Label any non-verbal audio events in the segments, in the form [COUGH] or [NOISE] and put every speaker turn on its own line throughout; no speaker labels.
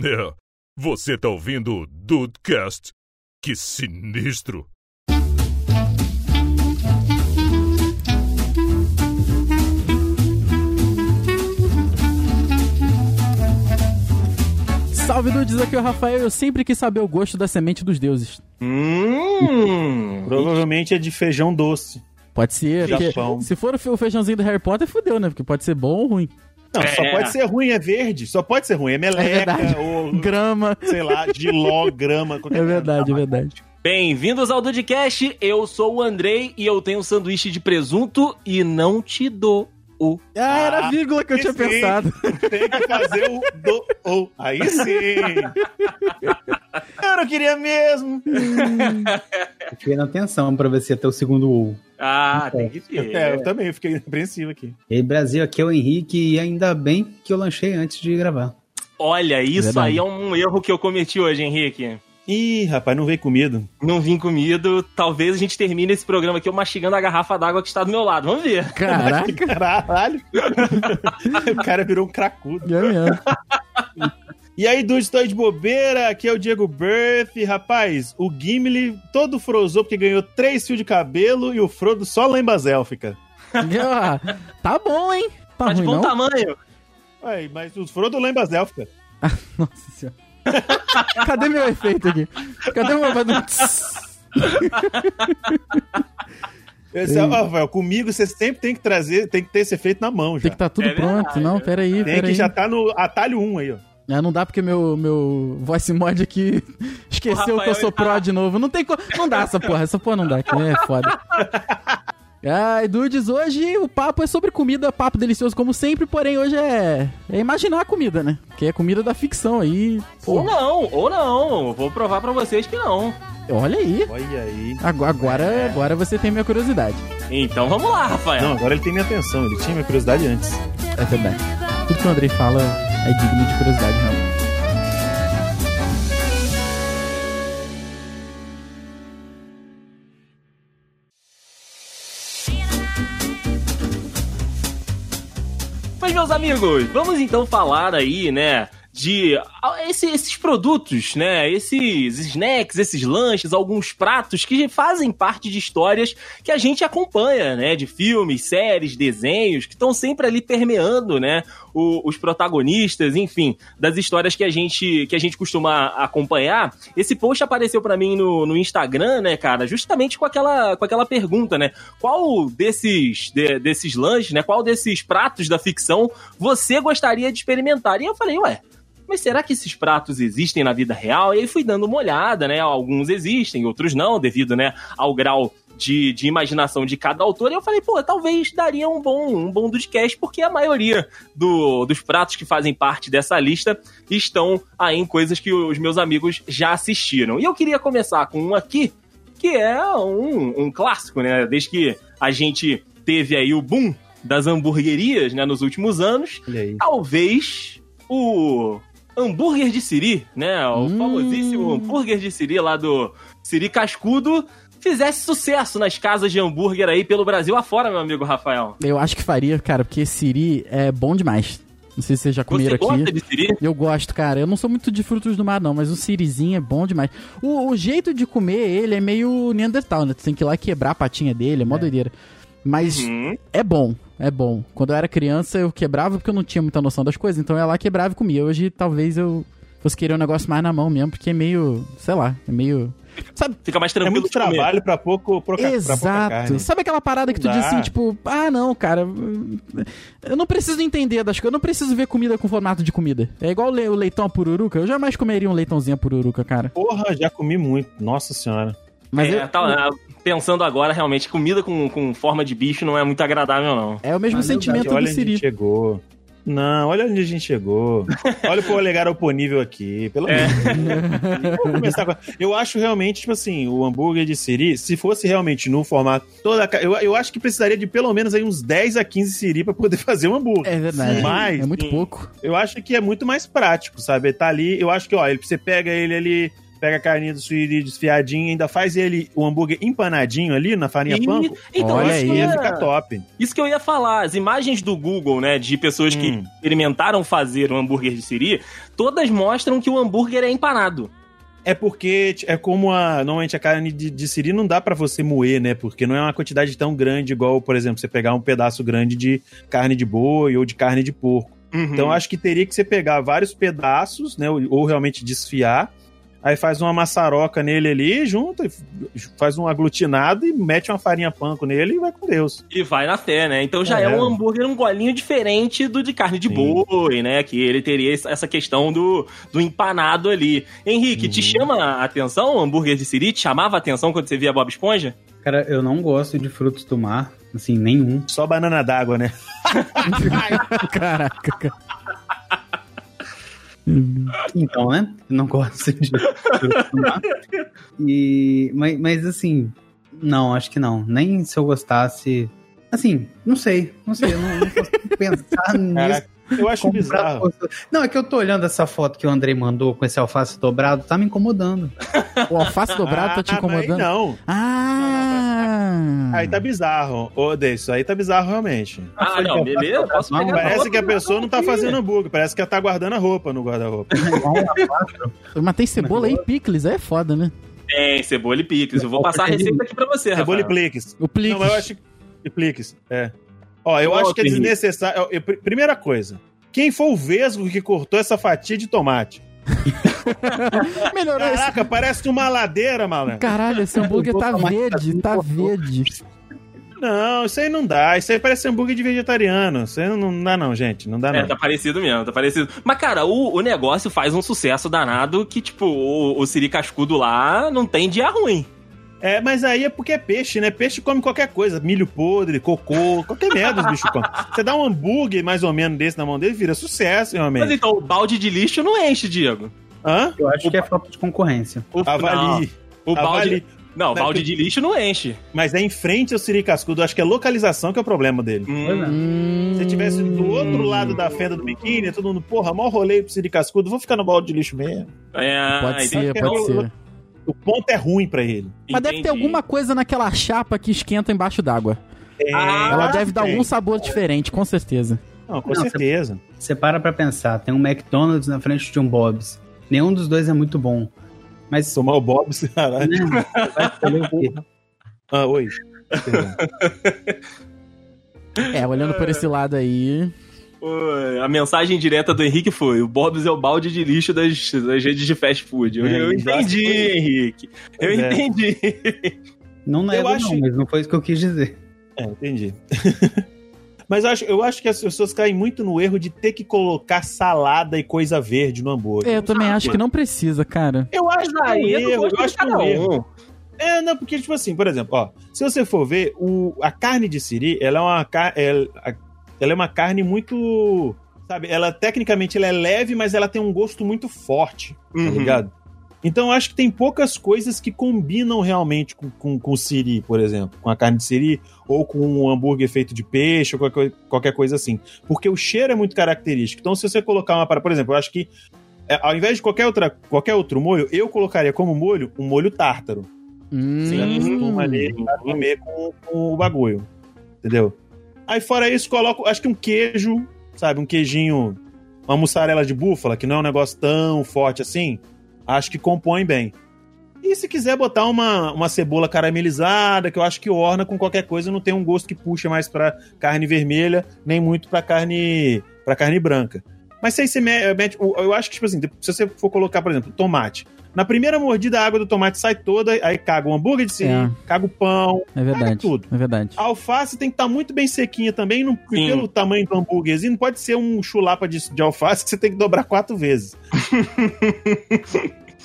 É, você tá ouvindo o Dudecast? Que sinistro!
Salve dudes, aqui é o Rafael. Eu sempre quis saber o gosto da semente dos deuses.
Hum,
Provavelmente é de feijão doce.
Pode ser. porque
Japão.
Se for o fe- o feijãozinho do Harry Potter, fudeu, né? Porque pode ser bom ou ruim.
Não, só
É.
pode ser ruim, é verde. Só pode ser ruim, é meleca
verdade.
ou,
Grama.
sei lá, giló, grama. qualquer
É
merda.
verdade, é verdade.
Bem-vindos ao Dudcast, eu sou o Andrei e eu tenho um sanduíche de presunto e não te dou o...
Ah, era a vírgula que eu tinha
sim.
pensado.
Tem que fazer o do... ou. Aí sim! Eu não queria mesmo!
Eu fiquei na atenção pra ver se ia ter o segundo U.
Ah, tem que ter.
É, eu também fiquei apreensivo aqui.
E aí, Brasil, aqui é o Henrique e ainda bem que eu lanchei antes de gravar.
Olha, isso
Verdade.
aí é um erro que eu cometi hoje, Henrique.
Ih, rapaz, não veio comida.
Não vim comido, talvez a gente termine esse programa aqui eu mastigando a garrafa d'água que está do meu lado, vamos
Tá
ver.
Caraca,
Caralho! o cara virou um cracudo.
é mesmo.
E aí, Dude, tô aí de bobeira, aqui é o Diego Berth. Rapaz, o Gimli todo frozou porque ganhou três fios de cabelo e o Frodo só lembra as élficas.
E, ó, tá bom, hein? Tá,
Tá de
ruim,
bom
não?
tamanho.
Ué, mas o Frodo lembra as élficas.
Nossa senhora. Cadê meu efeito aqui? Cadê meu...
[LAUGHS] Esse é, ó, Rafael, comigo você sempre tem que trazer, tem que ter esse efeito na mão já.
Tem que
Tem
tá tudo
É verdade,
pronto. Não,
é
peraí,
que,
peraí.
já tá no atalho 1 aí, ó.
Ah, não dá porque meu, meu voice mod aqui [LAUGHS] esqueceu
O
que eu
Rafael,
sou
ele tá
pró de novo. Não tem co... Não dá essa porra, essa porra não dá, que é
[LAUGHS]
foda. É, Ai, dudes, hoje o papo é sobre comida, papo delicioso como sempre, porém hoje é, é imaginar a comida, né? Que é comida da ficção aí. Pô,
Ou não, ou não, vou provar pra vocês que não.
olha aí.
Olha aí.
Agu- Agora, agora você tem minha curiosidade.
Então vamos lá, Rafael.
Não, agora ele tem minha atenção, ele tinha minha curiosidade antes.
É verdade. Tudo que o Andrei fala é digno de curiosidade, realmente.
Mas, meus amigos, vamos então falar aí, né? De ah, esse- esses produtos, né? Esses snacks, esses lanches, alguns pratos que fazem parte de histórias que a gente acompanha, né? De filmes, séries, desenhos, que estão sempre ali permeando, né? o- os protagonistas, enfim, das histórias que a gente, que a gente costuma acompanhar. Esse post apareceu pra mim no, no Instagram, né, cara? Justamente com aquela, com aquela pergunta, né? qual desses, de- desses lanches, né? Qual desses pratos da ficção você gostaria de experimentar? E eu falei, ué, mas será que esses pratos existem na vida real? E aí fui dando uma olhada, né? Alguns existem, outros não, devido né, ao grau de, de imaginação de cada autor. E eu falei, pô, talvez daria um bom, um bom Dudcast, porque a maioria do- dos pratos que fazem parte dessa lista estão aí em coisas que os meus amigos já assistiram. E eu queria começar com um aqui, que é um, um clássico, né? Desde que a gente teve aí o boom das hamburguerias, né, nos últimos anos,
Olha aí.
talvez o hambúrguer de Siri, né? O
Hum.
famosíssimo hambúrguer de Siri lá do Siri Cascudo fizesse sucesso nas casas de hambúrguer aí pelo Brasil afora, meu amigo Rafael.
Eu acho que faria, cara, porque Siri é bom demais. Não sei se vocês já comeram
Você
aqui.
gosta de Siri?
Eu gosto, cara. Eu não sou muito de frutos do mar, não, mas o sirizinho é bom demais. O, o jeito de comer ele é meio Neandertal, né? Tu tem que ir lá quebrar a patinha dele, é mó doideira. Mas
Hum.
é bom, é bom. Quando eu era criança, eu quebrava porque eu não tinha muita noção das coisas, então eu ia lá quebrava e comia. Hoje, talvez eu fosse querer um negócio mais na mão mesmo, porque é meio, sei lá, é meio... Sabe,
Fica mais
É
tranquilo
muito
de comer.
trabalho pra pouco, pra, pouca- pra pouca
Exato.
carne.
Sabe aquela parada que tu
Não
diz
dá.
assim, tipo, ah, não, cara, eu não preciso entender das coisas, eu não preciso ver comida com formato de comida. É igual le- o leitão à pururuca, eu jamais comeria um leitãozinho à pururuca, cara.
Porra, já comi muito, nossa senhora.
Mas
É,
eu-
tá- pensando agora, realmente, comida com, com forma de bicho não é muito agradável, não.
é o mesmo
Mas é
sentimento
Gente, olha
do
onde a
Siri.
gente chegou. Não, olha onde a gente chegou. Olha o polegar oponível aqui. Pelo
É.
menos. Vamos começar com- Eu acho realmente, tipo assim, o hambúrguer de Siri, se fosse realmente no formato. Toda... a ca- Eu, eu acho que precisaria de pelo menos aí uns 10 a 15 Siri pra poder [LAUGHS] fazer um hambúrguer.
É verdade.
Mas,
é muito
sim.
pouco. [LAUGHS]
Eu acho que é muito mais prático, sabe? Tá ali, eu acho que, ó, ele- você pega ele ali. pega a carninha do suíri desfiadinha, ainda faz ele, o hambúrguer empanadinho ali na farinha
E-
panko,
então,
Olha
isso,
isso
que eu
ia
ia-
ficar top.
isso que eu ia falar, as imagens do Google, né, de pessoas que
Hum.
experimentaram fazer um hambúrguer de siri, todas mostram que o hambúrguer é empanado.
É porque t- é como a. Normalmente a carne de, de siri não dá pra você moer, né? Porque não é uma quantidade tão grande igual, por exemplo, você pegar um pedaço grande de carne de boi ou de carne de porco. Então
Uhum.
acho que teria que você pegar vários pedaços, né? Ou, ou realmente desfiar. Aí faz uma maçaroca nele ali, junta, e f- faz um aglutinado e mete uma farinha panko nele e vai com Deus.
E vai na fé, né? Então já é,
É.
um hambúrguer um golinho diferente do de carne de
Sim.
boi, né? Que ele teria esse- essa questão do, do empanado ali. Henrique, te
Uhum.
chama a atenção o hambúrguer de siri? Te chamava a atenção quando você via Bob Esponja?
Cara, eu não gosto de frutos do mar, assim, nenhum.
Só banana d'água, né?
Caraca, cara.
Então, né? Eu não gosto de [LAUGHS] frutos do mar. E, mas, mas, assim, não, acho que não. Nem se eu gostasse. Assim, não sei, não sei, eu não, não consigo pensar nisso.
Caraca, eu acho
comprar
bizarro.
frutos- Não, é que eu tô olhando essa foto que o Andrei mandou com esse alface dobrado, tá me incomodando.
O alface dobrado tá te
Ah, mas aí
incomodando?
não.
Ah!
Aí tá bizarro. Ô, Dei, isso aí tá bizarro realmente.
Ah,
foi
não,
de alface
beleza, eu
dobrado,
posso
não,
pegar
mas-
Parece que a
Roupa,
pessoa não tá fazendo hambúrguer, parece que ela tá guardando a roupa no guarda-roupa.
Mas tem cebola aí e picles, aí é foda, né?
Tem cebola e picles. Eu vou passar a receita aqui pra você,
Cebola e
Rafael.
pliques.
O plicles.
Não, mas eu
[LAUGHS]
acho que. E pliques, é. Ó, eu
Ô,
acho que é
Felipe.
desnecessário. eu- eu- pr- primeira coisa, quem foi o vesgo que cortou essa fatia de tomate?
Melhorou esse.
Caraca, parece uma ladeira, malandro.
Caralho, esse hambúrguer tá verde, tá verde.
Não, isso aí não dá. Isso aí parece hambúrguer de vegetariano. Isso aí não, não dá, não, gente. Não dá,
É,
não.
tá parecido mesmo, tá parecido. Mas, cara, o, o negócio faz um sucesso danado que, tipo, o, o Siri Cascudo lá não tem dia ruim.
É, mas aí é porque é peixe, né? Peixe come qualquer coisa. Milho podre, cocô, qualquer merda os bichos comem. Você dá um hambúrguer mais ou menos desse na mão dele, vira sucesso,
Mas
realmente.
então, o balde de lixo não enche, Diego.
Hã?
Eu acho que é falta de concorrência.
O,
Avalie.
não, o balde.
Avalie.
Não, o
Não, é
balde
que-
de lixo não enche.
Mas é em frente ao Siri Cascudo. Acho que é localização que é o problema dele.
Pois é.
Hum.
Se tivesse do outro lado da fenda do biquíni, todo mundo, porra, mal rolei pro Siri Cascudo, vou ficar no balde de lixo mesmo.
É,
Ah,
Pode
entendi.
então
ser, pode ser.
O ponto é ruim pra ele.
Mas deve ter alguma coisa naquela chapa que esquenta embaixo d'água.
É,
Ah,
Ela deve dar
tem.
algum sabor diferente, com certeza.
Não, com
Não,
certeza.
Você para pra pensar, tem um McDonald's na frente de um Bob's. Nenhum dos dois é muito bom. Mas
Tomar o Bob, [LAUGHS] caralho.
né, você vai escolher o quê?
Ah, oi. Perdão.
É, olhando por esse lado aí.
Oi, A mensagem direta do Henrique foi: o Bob's é o balde de lixo das, das redes de fast food. Eu,
É,
eu
exato.
entendi, Henrique. Eu
Pois é.
entendi.
Não nego,
acho-
não, mas não foi isso que eu quis dizer.
É, entendi. [LAUGHS] Mas eu acho, eu acho que as pessoas caem muito no erro de ter que colocar salada e coisa verde no hambúrguer.
É, Eu também acho que não precisa, cara.
Eu acho que é um
Aí é do
erro,
gosto
eu
de
acho que é
cada
um erro.
um.
É, não, porque, tipo assim, por exemplo, ó, se você for ver, o, a carne de siri, ela é uma carne. Ela é uma carne muito. Sabe, ela tecnicamente ela é leve, mas ela tem um gosto muito forte, tá
Uhum.
ligado? Então eu acho que tem poucas coisas que combinam realmente com, com, com o siri, por exemplo, com a carne de siri, ou com um hambúrguer feito de peixe, ou qualquer, coi- qualquer coisa assim. Porque o cheiro é muito característico. Então, se você colocar uma parada, por exemplo, eu acho que é, ao invés de qualquer, outra, qualquer outro molho, eu colocaria como molho um molho tártaro
Hum.
já costuma ali pra comer com, com o bagulho. Entendeu? Aí fora isso, coloco, acho que um queijo, sabe? Um queijinho, uma mussarela de búfala, que não é um negócio tão forte assim. Acho que compõe bem. E se quiser botar uma, uma cebola caramelizada, que eu acho que orna com qualquer coisa, não tem um gosto que puxa mais pra carne vermelha, nem muito pra carne para carne branca. Mas se aí você me- eh, mete, o- eu acho que tipo assim, se você for colocar, por exemplo, tomate, na primeira mordida a água do tomate sai toda, aí caga o hambúrguer de siri,
É.
caga o pão.
É verdade.
Cara, tudo.
É verdade.
A alface tem que estar muito bem sequinha também, não,
Sim.
pelo tamanho do hambúrguerzinho, não pode ser um chulapa de, de alface que você tem que dobrar quatro [LAUGHS] vezes.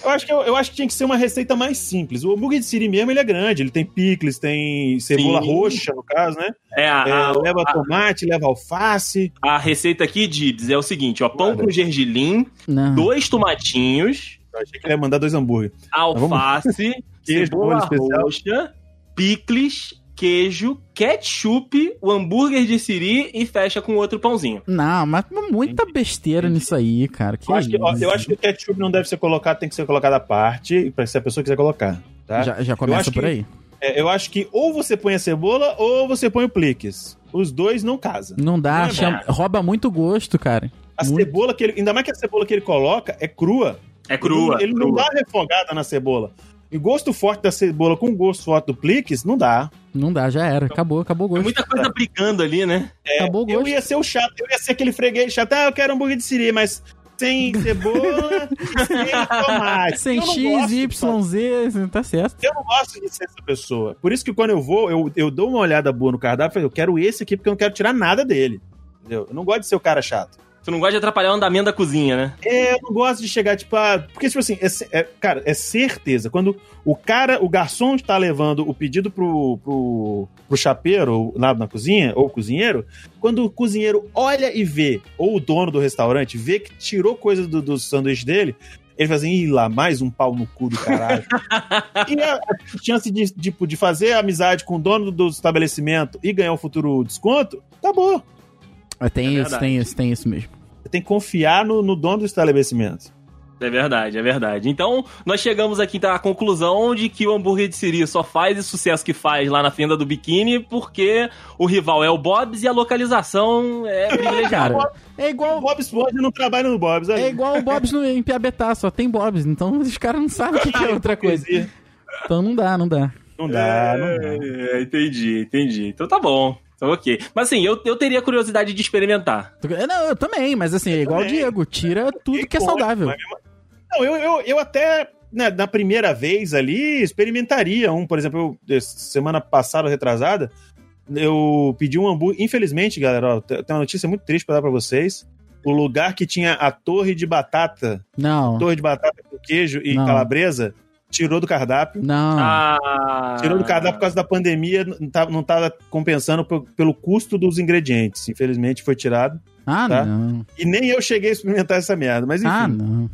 Eu acho, que, eu, eu acho que tinha que ser uma receita mais simples. O hambúrguer de siri mesmo, ele é grande. Ele tem picles, tem cebola
Sim.
roxa, no caso, né?
É, a,
É,
a-
leva tomate, leva alface.
a receita aqui, Dibs, é o seguinte: ó, pão
Manda. Hum.
com gergelim,
Não.
dois tomatinhos,
Eu achei que ele ia [LAUGHS] mandar dois hambúrgueres. vamos-
alface,
Queijo,
cebola
molho especial.
roxa, picles queijo, ketchup, o hambúrguer de siri e fecha com outro pãozinho.
Não, mas muita besteira nisso aí, cara. Que
Eu acho, que, ó,
isso?
eu acho que o ketchup não deve ser colocado, tem que ser colocado à parte, pra se a pessoa quiser colocar. Tá?
Já, já começa
acho
por
que-
aí?
É, eu acho que ou você põe a cebola ou você põe o pliques. Os dois não casam.
Não dá,
Não é
chama- rouba muito gosto, cara.
A
Muito.
cebola que ele. Ainda mais que a cebola que ele coloca é crua.
É crua.
Ele, não- ele não
crua.
dá refogada na cebola. E gosto forte da cebola com gosto forte do pliques, não dá.
Não dá, já
Então,
era. Acabou, acabou o
É
gosto.
muita coisa brigando ali, né?
Acabou o
é, Eu
gosto.
ia ser o chato, eu ia ser aquele freguês chato. Ah, eu quero hambúrguer de siri, mas sem
[LAUGHS]
cebola e sem tomate.
Sem
Eu não
X,
gosto de
Y, Z, tá certo.
Eu não gosto de ser essa pessoa. Por isso que quando eu vou, eu, eu dou uma olhada boa no cardápio e falo, eu quero esse aqui porque eu não quero tirar nada dele. Entendeu? Eu não gosto de ser o cara chato.
Tu não gosta de atrapalhar o andamento da cozinha, né?
É, eu não gosto de chegar, tipo, ah, porque, tipo assim, é ce- é- cara, é certeza. Quando o cara, o garçom está levando o pedido pro, pro, pro chapeiro lá na cozinha, ou cozinheiro, quando o cozinheiro olha e vê, ou o dono do restaurante vê que tirou coisa do, do sanduíche dele, ele fala assim, ih lá, mais um pau no cu do caralho. e a, a chance de, de, de fazer amizade com o dono do estabelecimento e ganhar um futuro desconto, acabou.
Mas tem
É
isso,
verdade.
tem isso, tem isso mesmo.
Você tem que confiar no, no dono do estabelecimento.
É verdade, é verdade. Então, nós chegamos aqui então, à conclusão de que o hambúrguer de siri só faz o sucesso que faz lá na fenda do biquíni porque o rival é o Bob's e a localização é privilegiada.
Cara, é
O
igual,
Bob Esponja não trabalha no Bob's.
é
Aí.
igual o Bob's no, em Piabetá, só tem Bob's. Então [LAUGHS] os caras não sabem o que, que é outra coisa. Então não dá, não dá.
Não dá, não dá.
É, é, entendi, entendi. Então tá bom. Então, ok. Mas assim, eu, eu teria curiosidade de experimentar.
Tu- é, Não, eu também, mas assim, é igual o
também.
Diego. Tira tudo que é
Pode,
saudável.
mas mesmo- Não, eu, eu, eu até, né, na primeira vez ali, experimentaria um. Por exemplo, eu, semana passada, retrasada, eu pedi um hambúrguer. Infelizmente, galera, ó, tem tem uma notícia muito triste pra dar pra vocês. O lugar que tinha a torre de batata,
Não,
torre de batata com queijo e
Não.
calabresa, tirou do cardápio.
não.
Ah.
Tirou do cardápio por causa da pandemia, não tava, não tava compensando pe- pelo custo dos ingredientes. Infelizmente foi tirado.
Ah,
tá.
não.
E nem eu cheguei a experimentar essa merda, mas enfim.
Ah, não.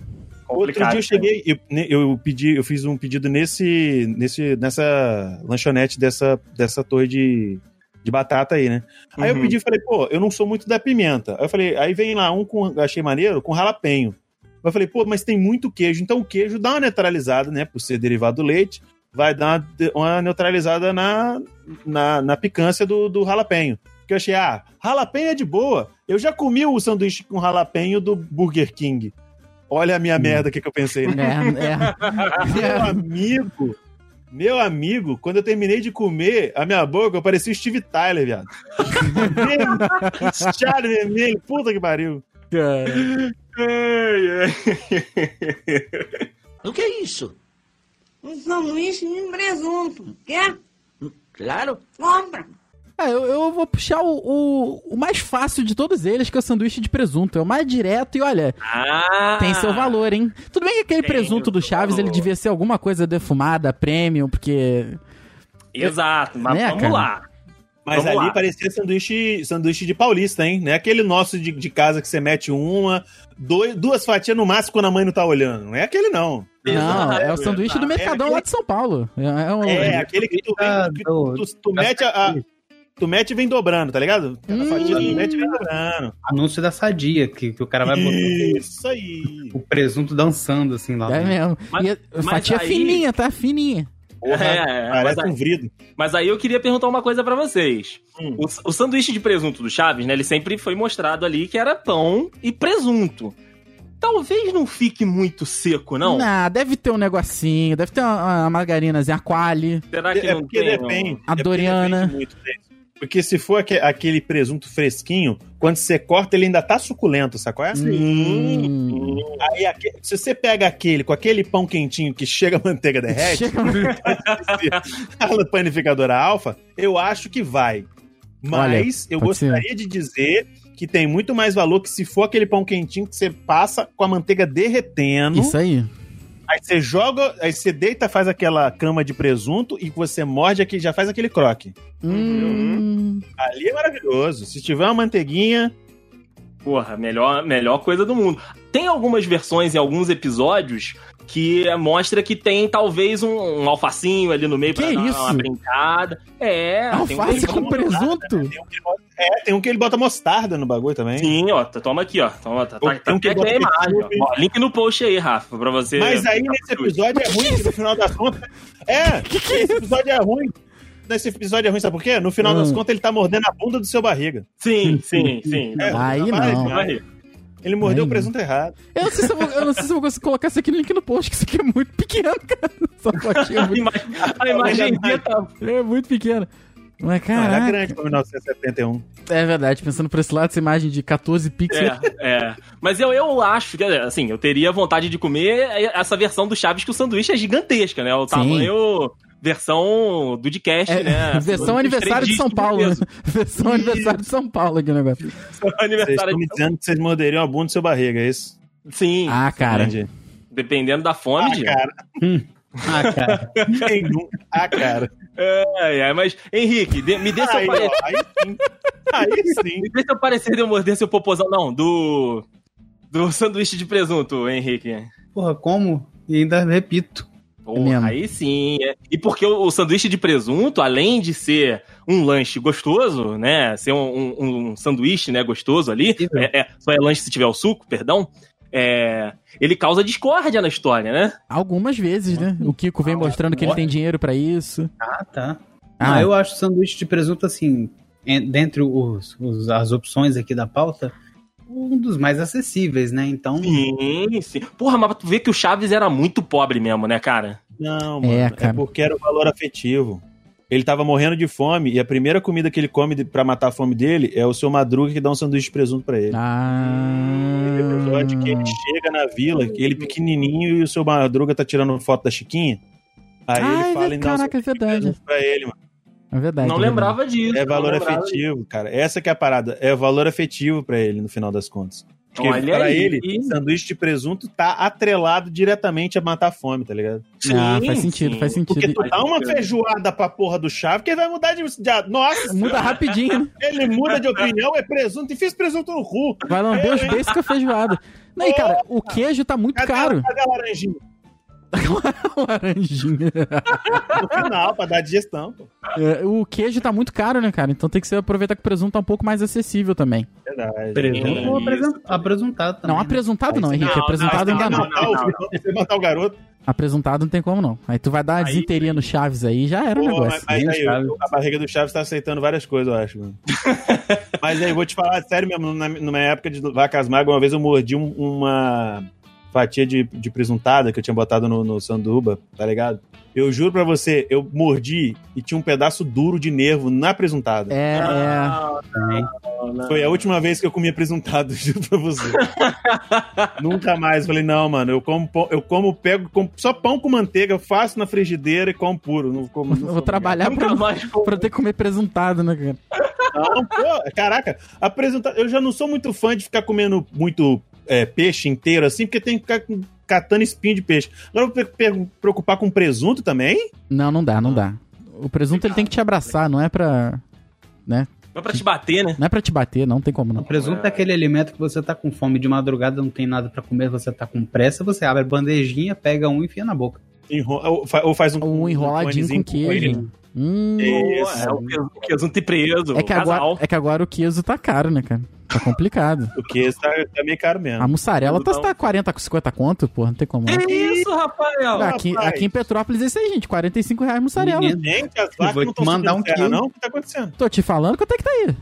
Outro dia eu cheguei, eu, ne- eu pedi, eu fiz um pedido nesse, nesse, nessa lanchonete dessa, dessa torre de, de batata aí, né? Aí eu
Uhum.
pedi, falei, pô, eu não sou muito da pimenta. Aí eu falei, aí vem lá um com, achei maneiro, com jalapenho. Aí eu falei, pô, mas tem muito queijo, então o queijo dá uma neutralizada, né? Por ser derivado do leite, vai dar uma, de- uma neutralizada na, na, na picância do, do jalapenho. Porque eu achei, ah, jalapenho é de boa. Eu já comi o sanduíche com jalapenho do Burger King. Olha a minha merda, o que, que eu pensei, né? Meu
É, é.
amigo, meu amigo, quando eu terminei de comer, a minha boca, eu parecia o Steve Tyler, viado. Vermelho, Inchado, vermelho, puta que pariu.
Cara.
O que é isso?
Um sanduíche de presunto. Quer?
Hum, Claro,
Compra.
Ah, eu, eu vou puxar o, o- o mais fácil de todos eles, que é o sanduíche de presunto. É o mais direto e olha,
Ah.
tem seu valor, hein? Tudo bem que aquele
Tem
presunto do
seu
Chaves, ele
valor.
devia ser alguma coisa defumada, premium, porque.
Exato, mas
Né,
vamos
cara?
lá.
Mas
Vamos
ali
lá.
parecia sanduíche, sanduíche de paulista, hein? Não é aquele nosso de, de casa que você mete uma, dois, duas fatias no máximo quando a mãe não tá olhando. Não é aquele, não.
Não,
Exato.
é o sanduíche do Mercadão lá de São Paulo. É, é um-
É, aquele que tu,
tá
Ah,
que
do-
tu, tu mete a... a- Tu mete e vem dobrando, tá ligado? Cada
Hum.
fatia tu mete e vem dobrando.
Anúncio da sadia, que, que o cara
é
vai botar
Isso aí.
o presunto dançando assim lá.
É
dentro.
mesmo.
Mas-
E a-
mas
fatia
aí-
fininha, tá? Fininha.
É, é, mas,
Parece
aí,
um vrido.
mas aí eu queria perguntar uma coisa pra vocês.
Hum.
O, o sanduíche de presunto do Chaves, né? Ele sempre foi mostrado ali que era pão e presunto. Talvez não fique muito seco, não?
deve ter um negocinho, deve ter uma, uma margarinazinha, a quali.
Será que
É
não
porque
tem? não?
A
depende. é porque
Doriana.
depende muito desse. Porque se for aque- aquele presunto fresquinho, quando você corta, ele ainda tá suculento, sacou? É?
Hum.
Aí, aque- se você pega aquele com aquele pão quentinho que chega a manteiga
é.
derrete,
Chega-
[LAUGHS]
Uhum.
a panificadora alfa, eu acho que vai. Mas eu
pode ser.
gostaria de dizer que tem muito mais valor que se for aquele pão quentinho que você passa com a manteiga derretendo.
Isso aí.
Aí você joga, aí você deita, faz aquela cama de presunto e você morde aqui, já faz aquele croque.
Hum.
Ali é maravilhoso. Se tiver uma manteiguinha,
Porra, melhor, melhor coisa do mundo. Tem algumas versões em alguns episódios que mostra que tem talvez um, um alfacinho ali no meio pra
Que
dar
isso?
uma brincada. É, tem um
Alface
beijão.
com
né?
presunto?
Tem um que ele bota- é, tem um que ele bota mostarda no bagulho também.
Sim, ó, t- toma aqui, ó. Toma, tá, tá,
Tem
tá
um que
aqui a
bota
imagem, ó.
ketchup.
ó. Link no post aí, Rafa, pra
é,
você.
Mas aí nesse episódio é ruim, que no final das contas. É,
um
esse episódio é ruim. Nesse episódio é ruim, sabe por quê? No final
Hum.
das contas, ele tá mordendo a bunda do seu barriga.
[LAUGHS] Sim, sim, sim.
É,
Aí
vai,
não.
vai.
Vai.
Ele mordeu
Aí
o presunto errado.
Eu não sei se eu vou, eu não sei se eu vou conseguir colocar isso aqui no link no post, que isso aqui é muito pequeno, cara. Essa fotinha é
A
muito,
imagem- a imagenzinha tá.
é muito pequena. Mas,
Não, era
caraca,
grande pra 1971.
é verdade, pensando por esse lado, essa imagem de 14 pixels.
É, é. Mas eu, eu acho que, assim, eu teria vontade de comer essa versão do Chaves, que o sanduíche é gigantesca, né? O
Sim.
tamanho. Versão do Dcast,
É,
né?
[LAUGHS] versão aniversário de São Paulo. né?
Versão
[LAUGHS] Versão aniversário de São Paulo aqui o negócio.
Vocês
aniversário
estão me
de
dizendo que vocês morderiam a bunda do seu barriga, é isso?
Sim,
Ah, cara.
Entendi.
dependendo da fome,
Ah,
de-
cara.
Ah, cara.
Quem nunca? Ah, cara.
É, é, mas, Henrique, dê- me dê seu
Aí,
parecer.
ó, aí sim. Aí sim.
Me dê seu parecer de eu morder seu popozão. Não, do. Do sanduíche de presunto, Henrique.
Porra, como? E ainda repito.
Porra,
É mesmo.
aí sim. é. E porque o, o sanduíche de presunto, além de ser um lanche gostoso, né? Ser um, um- um sanduíche, né, gostoso ali.
Possível.
É, é, só é lanche se tiver o suco, perdão. É, ele causa discórdia na história, né?
Algumas vezes, né? O Kiko vem mostrando que ele tem dinheiro pra isso.
Ah, tá.
Ah,
Ah, eu acho sanduíche de presunto, assim, en- dentre os, os- as opções aqui da pauta, um dos mais acessíveis, né? Então,
Sim, sim. Porra, mas tu vê que o Chaves era muito pobre mesmo, né, cara?
Não,
É,
mano. É,
cara.
porque era o valor afetivo. Ele tava morrendo de fome e a primeira comida que ele come de- pra matar a fome dele é o seu Madruga que dá um sanduíche de presunto pra ele. Tem um episódio que ele
Ah,
chega na vila, que ele pequenininho e o seu Madruga tá tirando foto da Chiquinha. Aí
Ah, é
ele fala
ver-
em dar um
caraca, é
sanduíche de
verdade.
presunto pra ele, mano.
é verdade.
não
é verdade.
lembrava disso.
É
não
valor
lembrava
afetivo, cara. Essa que é a parada. É valor afetivo pra ele, no final das contas. Porque
Olha
pra
aí.
ele, sanduíche de presunto tá atrelado diretamente a matar a fome, tá ligado?
Ah,
Sim,
faz sentido,
sim.
faz sentido.
Porque tu
Faz
dá uma
sentido.
feijoada pra porra do chave, que ele vai mudar de. de- nossa,
Muda rapidinho, né?
ele muda de opinião, é presunto, e fez presunto no cu.
Vai lamber os beijos com a feijoada. Não, e cara, o queijo tá muito
Cadê,
caro.
cadê a laranjinha?
[LAUGHS] Laranjinha.
No final, pra dar digestão. Pô.
É, o queijo tá muito caro, né, cara? Então tem que ser aproveitar que o presunto tá um pouco mais acessível também.
Verdade.
presunto
Sim.
ou apresen- apresentado também.
não,
né?
apresuntado não, Henrique.
Não,
apresuntado
não,
ainda não.
não,
matar, o, você matar o garoto.
Apresuntado não tem como não. Aí tu vai dar a
Aí-
desinteria no Chaves aí, já era o
Pô,
negócio.
mas, mas
né,
aí,
Chaves?
a barriga do Chaves tá aceitando várias coisas, eu
[LAUGHS]
acho, mano. mas aí, eu vou te falar sério mesmo, na, numa época de vacas magras, uma vez eu mordi um- uma fatia de, de presuntada que eu tinha botado no, no sanduba, tá ligado? Eu juro pra você, eu mordi e tinha um pedaço duro de nervo na presuntada.
Ah,
É, é.
tá
Foi a última vez que eu comia presuntado, [LAUGHS] juro pra você. Nunca mais. Falei, não, mano, eu como, pão- eu como pego como- só pão com manteiga, faço na frigideira e como puro. Não como, não
Eu
sou
vou
obrigado.
trabalhar pra,
Nunca mais
pra ter que comer presuntado, né, cara?
Não, pô, caraca, apresentar. Eu já não sou muito fã de ficar comendo muito é, peixe inteiro assim, porque tem que ficar com- catando espinho de peixe. Agora eu vou pe- pe- preocupar com presunto também?
Não, não dá, não dá. O presunto ele tem que te abraçar, não é pra.
Não pra te bater, né?
Não é pra te bater, não tem como
O
não.
presunto é aquele alimento que você tá com fome de madrugada, não tem nada pra comer, você tá com pressa, você abre a bandejinha, pega um e enfia na boca.
Enro- ou, fa- ou faz um,
Um enroladinho com
conezinho ele.
queijo. Hum.
Isso.
É o peso- o presunto e preso.
É que, agora,
casal.
é que agora o queso tá caro, né, cara? Tá
[LAUGHS]
complicado.
O queijo tá, tá meio caro mesmo.
A mussarela tá,
Não.
tá 40, 50 conto, porra, não tem como. não.
Que É isso, Rafael?
Ah,
Aqui,
rapaz.
aqui em Petrópolis é isso aí, gente. 45 reais mussarela.
Menino.
Gente, as
Eu vou
vacas não
te
estão
mandar
subindo
um
terra,
quilo.
não? O que tá acontecendo?
Tô te falando quanto é que tá aí.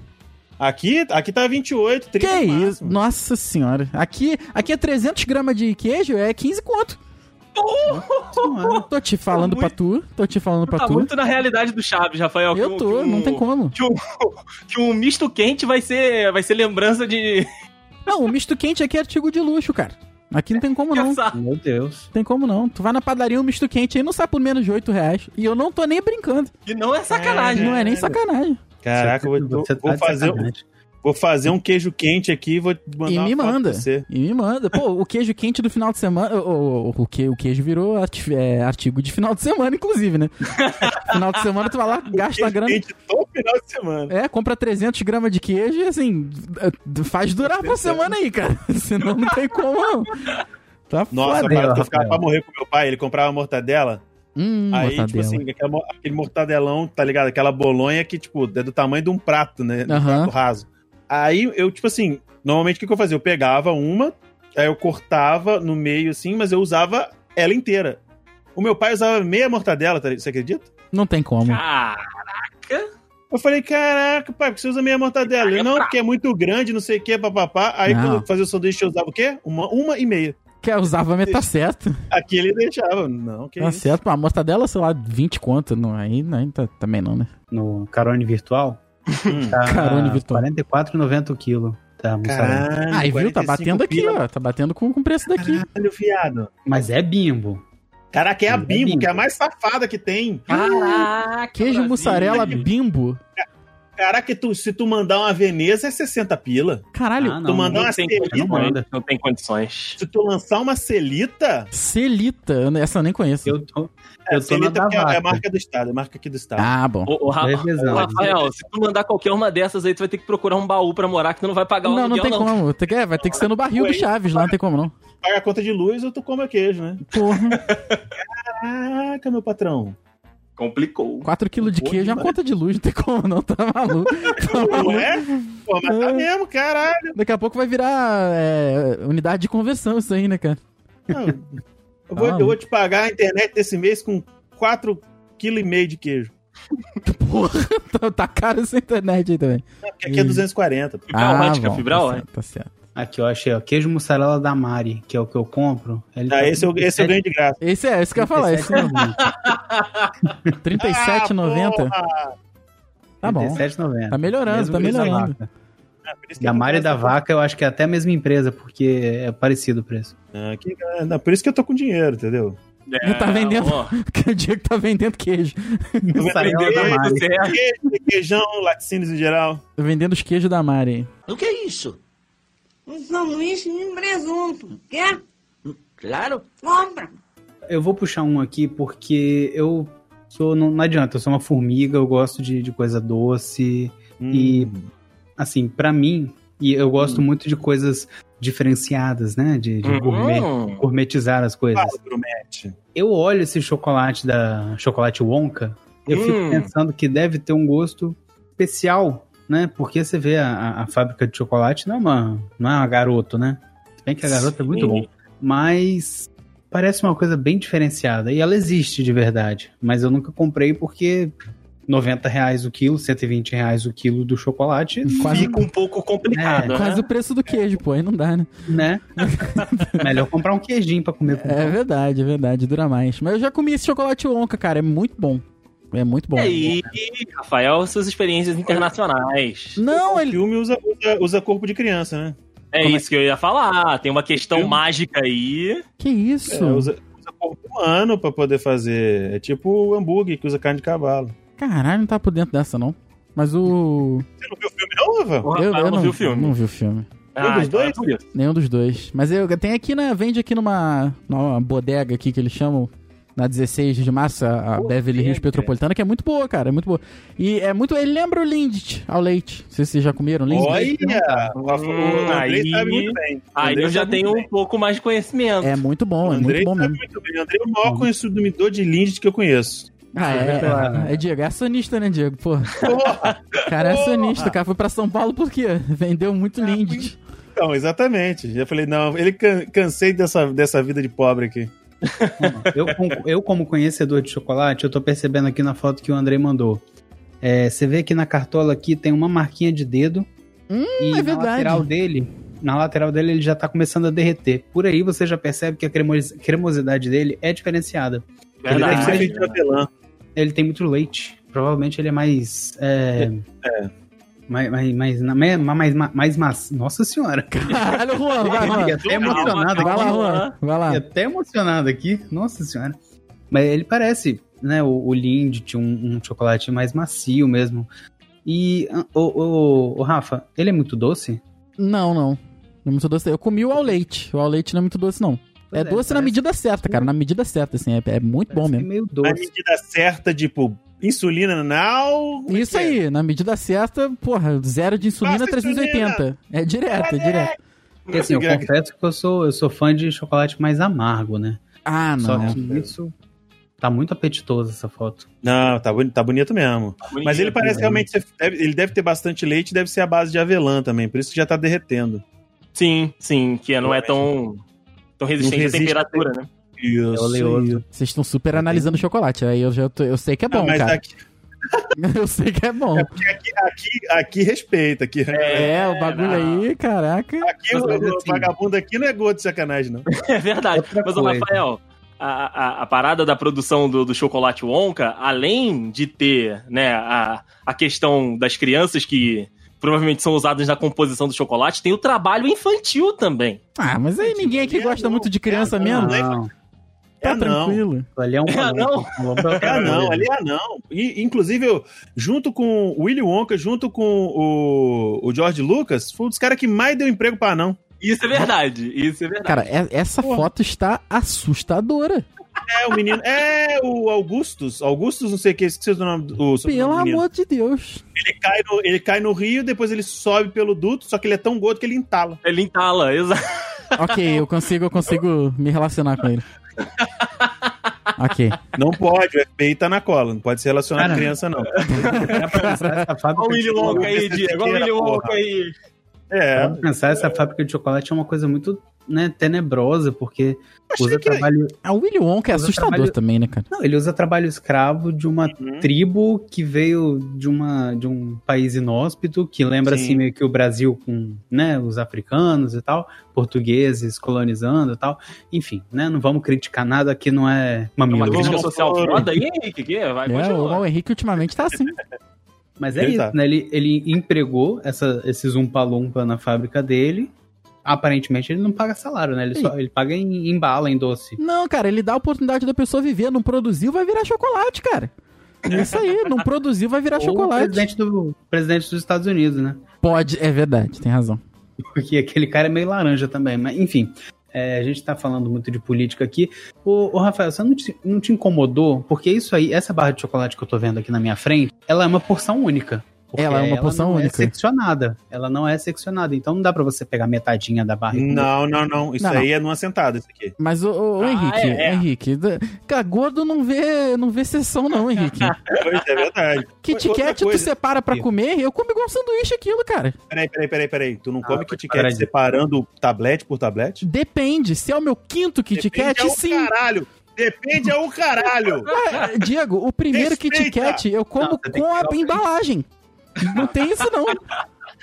Aqui, aqui tá 28,
Que
30 no máximo.
isso? Nossa senhora. Aqui, aqui é 300 gramas de queijo, é 15 conto.
Senhora.
Tô te falando
Tá
pra tu. Tô te falando pra
Tá
tu.
muito na realidade do Chaves, Rafael. que
Eu
um-
tô,
que um-
não tem como.
Que um, que um misto quente vai ser, vai ser lembrança de
Não, o misto quente aqui é artigo de luxo, cara. Aqui não tem como não. Não
pensar.
Meu Deus.
tem como não. Tu vai na padaria um misto quente aí não sai por menos de 8 reais. E eu não tô nem brincando.
E não é sacanagem.
Não é nem
Caralho.
sacanagem.
Caraca, eu vou,
Você tá
vou
de
fazer,
sacanagem.
vou fazer um queijo quente aqui e vou te mandar
E
uma
me
foto
manda. Tá
pra você.
E me manda. Pô, o queijo quente do final de semana. O, o, o, que- o queijo virou arti- é, artigo de final de semana, inclusive,
[LAUGHS]
né? final de semana tu vai lá, gasta a
Queijo
grana.
quente todo final de semana.
É, compra 300 gramas de queijo [LAUGHS] e assim. d- d- Faz durar pra semana aí, cara. Senão não tem como. não. Tá
Nossa,
Foda,
cara,
ó,
eu ficava
Rafael.
pra morrer com meu pai, ele comprava mortadela.
Hum,
aí,
mortadela.
tipo assim, aquela mo- aquele mortadelão, tá ligado? Aquela bolonha que, tipo, é do tamanho de um prato, né? De Um
Aham.
prato raso. Aí eu, tipo assim, normalmente o que, que eu fazia? Eu pegava uma, aí eu cortava no meio, assim, mas eu usava ela inteira. O meu pai usava meia mortadela, tá ligado? você acredita?
Não tem como.
Ah,
Eu falei, caraca, pai, por que você usa meia mortadela? Ele, não, porque é muito grande, não sei o que, papapá. Aí
Não.
quando eu fazia o sanduíche, eu usava o quê? Uma, uma e meia.
Quer usar pra mim, tá certo.
Aqui ele deixava. Não, que
tá
isso.
certo. A mortadela, sei lá, 20 conto. Não, aí, aí tá- também não, né?
No Carone Virtual.
Hum.
Tá
Carone Virtual.
44,90 o quilo. Tá, mussarela.
Ah,
Aí, viu? Tá batendo aqui, ó. Tá batendo com, com o preço daqui.
Caralho, viado.
Mas é bimbo.
Caraca, é a
É
Bimbo,
Bimbo.
que é a mais safada que tem.
Ah, caraca.
Queijo
Brasil. né?
mussarela bimbo.
Caraca, tu- se tu mandar uma Veneza, é 60 pila.
Caralho.
Ah,
tu
não,
mandar
não
uma
tem
Celita,
não manda.
condições. Não tem condições.
se tu lançar uma Celita...
Celita. eu- Essa eu nem conheço.
Eu tô,
É,
eu tô na
Celita
da
que é, é a
vaca.
marca do estado, é a marca aqui do estado.
Ah, bom.
Ô, ô, Ra-
Revezando.
ô, Rafael, se tu mandar qualquer uma dessas aí, tu vai ter que procurar um baú pra morar, que tu não vai
um
pagar o
Não, não
aluguel,
tem como. Tem que- é, vai ter que ser no barril do
Ué,
Chaves lá, não tem como não.
Paga a conta de luz ou tu come queijo, né? [LAUGHS]
Porra,
Caraca, meu patrão.
Complicou.
4kg de
Boa
queijo é uma
demais.
conta de luz, não tem como não, tá maluco. Tá
Não
maluco.
é? Pô, mas tá mesmo, caralho.
Daqui a pouco vai virar é, unidade de conversão isso aí, né, cara? [LAUGHS]
Não, Eu vou,
Ah,
eu vou te pagar a internet desse mês com 4,5 kg de queijo.
Porra, tá, tá caro essa internet aí também.
Porque aqui é
Hum.
240.
Fibral, vai de fibral,
tá
é?
certo, tá certo.
Aqui, ó, achei, ó. Queijo mussarela da Mari, que é o que eu compro. Ele tá
Ah, esse, eu, esse eu ganho de graça.
Esse é, esse que eu ia falar, esse é 37,90.
Ah, porra!
tá bom.
37,90.
Tá melhorando,
Mesmo
tá
preço
[LAUGHS]
da
melhorando.
vaca.
Ah, por isso que
Da
eu tô
Mari e
com
da
essa-
Vaca, eu acho que é até a mesma empresa, porque é parecido o preço.
Ah, que- ah, não, por isso que eu tô com dinheiro, entendeu?
Ele tá vendendo.
ó.
Que o Diego tá vendendo queijo.
Mussarela da
Ei,
Mari.
tá Certo.
Queijo, Queijão, laticínios em geral.
Tô tá vendendo os queijos da Mari.
O que é isso?
Um sanduíche de presunto. Quer?
Hum, Claro.
Compra.
Eu vou puxar um aqui porque eu sou. Não, não adianta, eu sou uma formiga, eu gosto de, de coisa doce.
Hum,
E, assim, pra mim, e eu gosto muito de coisas diferenciadas, né? De, de gourmet-
Hum.
gourmetizar as coisas.
Fala, Brumete.
Eu olho esse chocolate da Chocolate Wonka, eu
Hum.
fico pensando que deve ter um gosto especial, né? Porque você vê a- a, a fábrica de chocolate não é uma, não é uma garoto, né? Se bem que a garota é
Sim.
muito bom. Mas parece uma coisa bem diferenciada. E ela existe de verdade. Mas eu nunca comprei porque 90 reais o quilo, 120 reais o quilo do chocolate,
Quase,
Fica um pouco complicado,
É, quase
né?
o preço do queijo, pô. Aí não dá, né?
né? [LAUGHS] Melhor comprar um queijinho pra comer com
É verdade, é verdade, dura mais. Mas eu já comi esse chocolate Wonka, cara, é muito bom. É muito bom.
E aí, Rafael, suas experiências internacionais.
Não,
O
ele.
filme usa, usa, usa corpo de criança, né?
É
Como é
isso que eu ia falar. Tem uma questão
Viu?
mágica aí.
Que isso?
É, usa, usa corpo humano pra poder fazer. É tipo o hambúrguer que usa carne de cavalo.
Caralho, não tá por dentro dessa, não. Mas o.
Você não viu o filme, não, Rafael?
O Rafael não, viu o filme.
Não vi o filme.
Um dos
então é
dois?
por isso.
Nenhum dos dois. Mas eu tem aqui na. Vende aqui numa. numa bodega aqui que eles chamam. Na 16 de março, a, a
Pô,
Beverly Hills
é,
Petropolitana, que é muito boa, cara. É muito boa. E é muito. Ele lembra o Lindt ao leite. Não sei se vocês já comeram Lindt.
Olha!
né?
O Rafa-
Hum,
o Andrei
aí-
sabe muito bem. O
Aí
Andrei
eu já
sabe muito
tenho
bem.
um pouco mais de conhecimento.
É muito bom, é muito
Andrei
bom
sabe
mesmo. Uhum.
muito bem. Andrei é o maior consumidor de Lindt que
[LAUGHS]
eu conheço.
Ah,
tá
é, é, é, Diego, é acionista, né, Diego? Pô. O cara é acionista, o cara foi pra São Paulo por quê? Vendeu
É
muito Lindt.
Então, exatamente. Já falei, não, ele can- cansei dessa, dessa vida de pobre aqui.
Eu, com- eu, como conhecedor de chocolate, eu tô percebendo aqui na foto que o Andrei mandou. É, você vê que na cartola aqui tem uma marquinha de dedo.
Hum,
e
é verdade.
na lateral dele, na lateral dele ele já tá começando a derreter. Por aí você já percebe que a cremos- cremosidade dele é diferenciada.
Ele deve
É
ser
Verdade.
feito de papelão.
Ele tem muito leite. Provavelmente ele é mais. É, Mais, mais, mais, na- mais, mais, mais, macio. Nossa senhora.
Caralho, Juan, vai,
Eu fiquei
Juan.
até emocionado
Vai
aqui.
lá, Juan. Vai lá.
Fiquei até emocionado aqui. Nossa senhora. Mas ele parece, né? O, o Lindt, um, um chocolate mais macio mesmo. E, ah, o, o, o Rafa, ele é muito doce?
Não, não. Não é muito doce. Eu comi o ao leite. O ao leite não é muito doce, não. É,
Pois é,
doce na
parece-
medida certa, cara. Na medida certa, assim. É, é muito bom
parece
mesmo.
meio
Na
doce.
medida certa, tipo, insulina É. now.
Isso aí, na medida certa, porra, zero de insulina,
Passa
380. É direto, é direto.
Porque, assim, eu
Greg.
confesso que eu sou, eu sou fã de chocolate mais amargo, né?
Ah,
Só
não.
que isso tá muito apetitoso essa foto.
Não, tá, boni- tá bonito mesmo. Mas
é
ele parece realmente. ser- deve- ele deve ter bastante leite e deve ser a base de avelã também, por isso que já tá derretendo.
Sim, sim, que não é tão, tão resistente
Não
à
resiste.
temperatura, né?
Isso.
É oleoso.
Vocês estão super analisando chocolate. Aí eu já tô- eu sei que é
Ah,
bom,
mas
cara.
aqui,
[LAUGHS] Eu sei que é bom.
aqui, aqui, aqui respeita. Aqui,
É, o bagulho
não.
aí, caraca.
aqui o,
Mas,
o
assim-
vagabundo aqui não é gordo de sacanagem, não.
[LAUGHS] É verdade.
Outra
Mas, ô,
coisa.
Rafael, a, a, a parada da produção do, do chocolate Wonka, além de ter né, a, a questão das crianças que provavelmente são usadas na composição do chocolate, tem o trabalho infantil também.
Ah, mas aí ninguém aqui
É,
gosta
não.
muito de criança
É,
mesmo.
lembra?
Não,
Tá
É, não.
tranquilo.
ali é
né?
um
[LAUGHS] Ah, não.
É anão, ali é anão. E, inclusive, eu, junto com o Willy Wonka, junto com o, o George Lucas, foi um dos caras que mais deu emprego pra anão.
Isso é verdade. Isso é verdade.
Cara, é- essa
Porra.
foto está assustadora.
É, o menino. É o Augustus. Augustus, não sei o que, esqueci o nome do. o sobrenome
Pelo
do menino.
amor de Deus.
Ele cai, no, ele cai no rio, depois ele sobe pelo duto, só que ele é tão gordo que ele entala.
Ele entala, exato.
Ok, eu consigo, eu consigo me relacionar com ele. Ok.
Não pode, o FBI tá na cola, não pode se relacionar com
Caramba.
criança, não.
[LAUGHS]
Essa fábrica
é Olha o
de
Willy Wonka
chocolate-
aí, Diego. Olha o Willy Wonka aí.
É.
Pra Pensar essa fábrica de chocolate é uma coisa muito né, tenebrosa, porque usa
Achei que...
trabalho.
A Willy Wonka é
Mas eu
assustador
trabalho-
também, né, cara?
Não, ele usa trabalho escravo de uma
Uhum.
tribo que veio de, uma, de um país inóspito, que lembra
Sim.
assim meio que o Brasil com né, os africanos e tal, portugueses colonizando e tal. Enfim, né, não vamos criticar nada que não é uma
É uma
mila,
crítica
Vamos,
né?
social
vamos.
foda aí, Henrique. Que? Vai,
É,
continua.
o Henrique ultimamente tá assim.
Mas é
Ele
isso,
tá.
né? Ele, ele empregou essa, esses umpa-lumpa na fábrica dele. Aparentemente ele não paga salário, né? Ele, só, ele paga em, em bala, em doce.
Não, cara, ele dá a oportunidade da pessoa viver, não produziu, vai virar chocolate, cara. É Isso aí, não produziu, vai virar
Ou O
chocolate.
presidente, do, presidente dos Estados Unidos, né?
Pode, é verdade, tem razão.
Porque aquele cara é meio laranja também. Mas, enfim, é, a gente tá falando muito de política aqui. Ô, ô, Rafael, você não te, não te incomodou? Porque isso aí, essa barra de chocolate que eu tô vendo aqui na minha frente, ela é uma porção única. Porque
Ela é uma porção
não
única.
É seccionada. Ela não é seccionada. Então não dá pra você pegar metadinha da barra. e comer.
Não, não, não. Isso
Não, não.
aí é numa sentada, isso aqui.
Mas o,
Ah,
Henrique,
é, é.
Henrique, da- cara, gordo não vê, não vê sessão não, Henrique.
Pois é verdade.
Kit
Outra
Kat tu
coisa-
separa pra comer, eu como igual um sanduíche aquilo, cara.
Peraí, peraí, peraí, peraí. Tu não come Kit
Ah, parar
Kat
de-
separando tablete por tablete?
Depende, se é o meu quinto Kit Kat,
é o
sim.
caralho. Depende é o caralho.
Ah, Diego, o primeiro Kit
Respeita.
Kat eu como
Não, você tem
com
que
a
tirar o-
embalagem. Não tem isso não.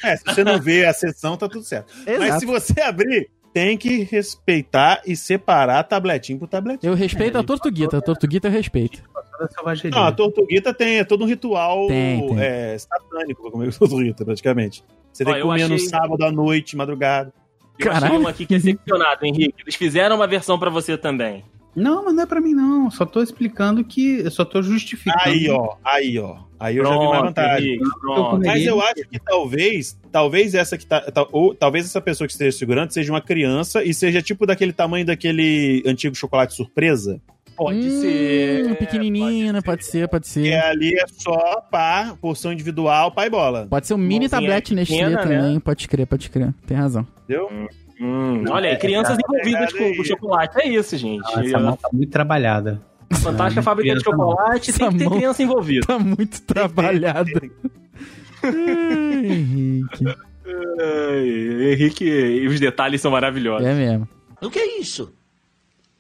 É, se você não vê a sessão, tá tudo certo. Mas
Exato.
se você abrir, tem que respeitar e separar tabletinho por tabletinho.
Eu respeito
É,
a tortuguita, a tortuguita eu respeito.
Toda selvageria.
Não, a tortuguita tem todo um ritual
Tem, tem.
é, satânico pra comer [LAUGHS] tortuguita, praticamente. Você tem
Ó,
que
eu
comer no
achei-
sábado à noite, madrugada.
Eu achei
Caralho.
um aqui que é seccionado, Henrique. Eles fizeram uma versão pra você também.
Não, mas não é pra mim, não. Só tô explicando que. Eu só tô justificando.
Aí, ó, aí, ó. Aí eu já vi mais vantagem.
Henrique, pronto.
comi.
Mas eu acho que talvez, talvez essa que tá, tal- ou talvez essa pessoa que esteja segurando seja uma criança e seja tipo daquele tamanho daquele antigo chocolate surpresa,
Pode
Hum,
ser.
Pequenininho, né? pode ser, pode
que
ser.
ali é só pá, porção individual, pá e bola,
Pode ser um mini
Mãozinha
tablete Nestlé
pequena, né?
também, pode crer, pode crer. Tem razão. [LAUGHS]
entendeu?
Hum,
é,
olha aí, crianças envolvidas com, com chocolate. É isso, gente.
Não, essa mão tá muito trabalhada.
a fantástica fábrica de
criança não.
chocolate tem
Essa
que ter
mão.
é
criança envolvida.
Tá muito trabalhada. Ai, Henrique.
Ai, Henrique, e os detalhes são maravilhosos.
É mesmo.
O que é isso?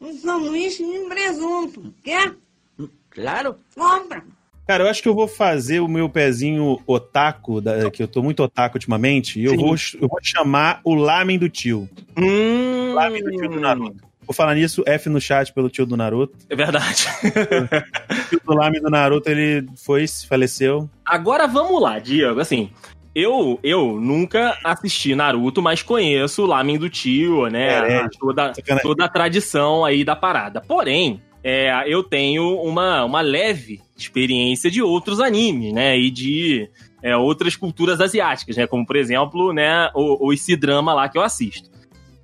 Um sanduíche e um presunto. Quer?
Hum, Claro.
Compra.
Cara, eu acho que eu vou fazer o meu pezinho otaku, da- que eu tô muito otaku ultimamente, e eu
Sim.
vou, ch- eu vou chamar o lamen do tio.
Hum,
Lábio do tio do Naruto. Vou falar nisso, F no chat pelo tio do Naruto.
É verdade.
O tio do lamen do Naruto, ele foi, faleceu.
Agora vamos lá, Diego. Assim, eu, eu nunca assisti Naruto, mas conheço o Lamen do Tio, né?
É,
a- toda,
Sacanagem.
toda a tradição aí da parada. Porém, é, eu tenho uma, uma leve experiência de outros animes, né? E de é, outras culturas asiáticas, né? Como, por exemplo, né, o, o esse drama lá que eu assisto.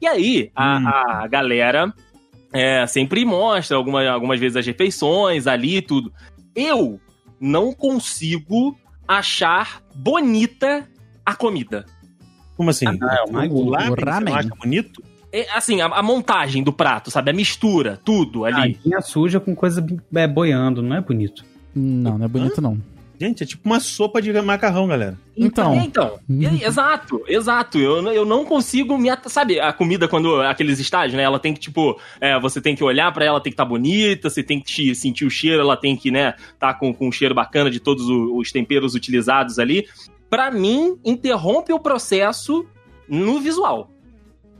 E aí, a, a galera é, sempre mostra alguma, algumas vezes as refeições ali e tudo. Eu não consigo achar bonita a comida.
Como assim?
Ah, não, é o
o,
Maggi.
lamen
O
você
ramen.
não acha bonito?
É, assim, a, a montagem do prato, sabe? A mistura, tudo ali.
Carinha Ah, suja com coisa bi- é, boiando, não é bonito.
Não, não é bonito, não.
Gente, é tipo uma sopa de macarrão, galera.
Então.
É, então. E- exato, exato. Eu, n- eu não consigo me. at- Sabe, a comida, quando. Aqueles estágios, né? Ela tem que, tipo. é, você tem que olhar pra ela, tem que estar bonita, você tem que te- sentir o cheiro, ela tem que, né? Tá com, com um cheiro bacana de todos o- os temperos utilizados ali. Pra mim, interrompe o processo no visual.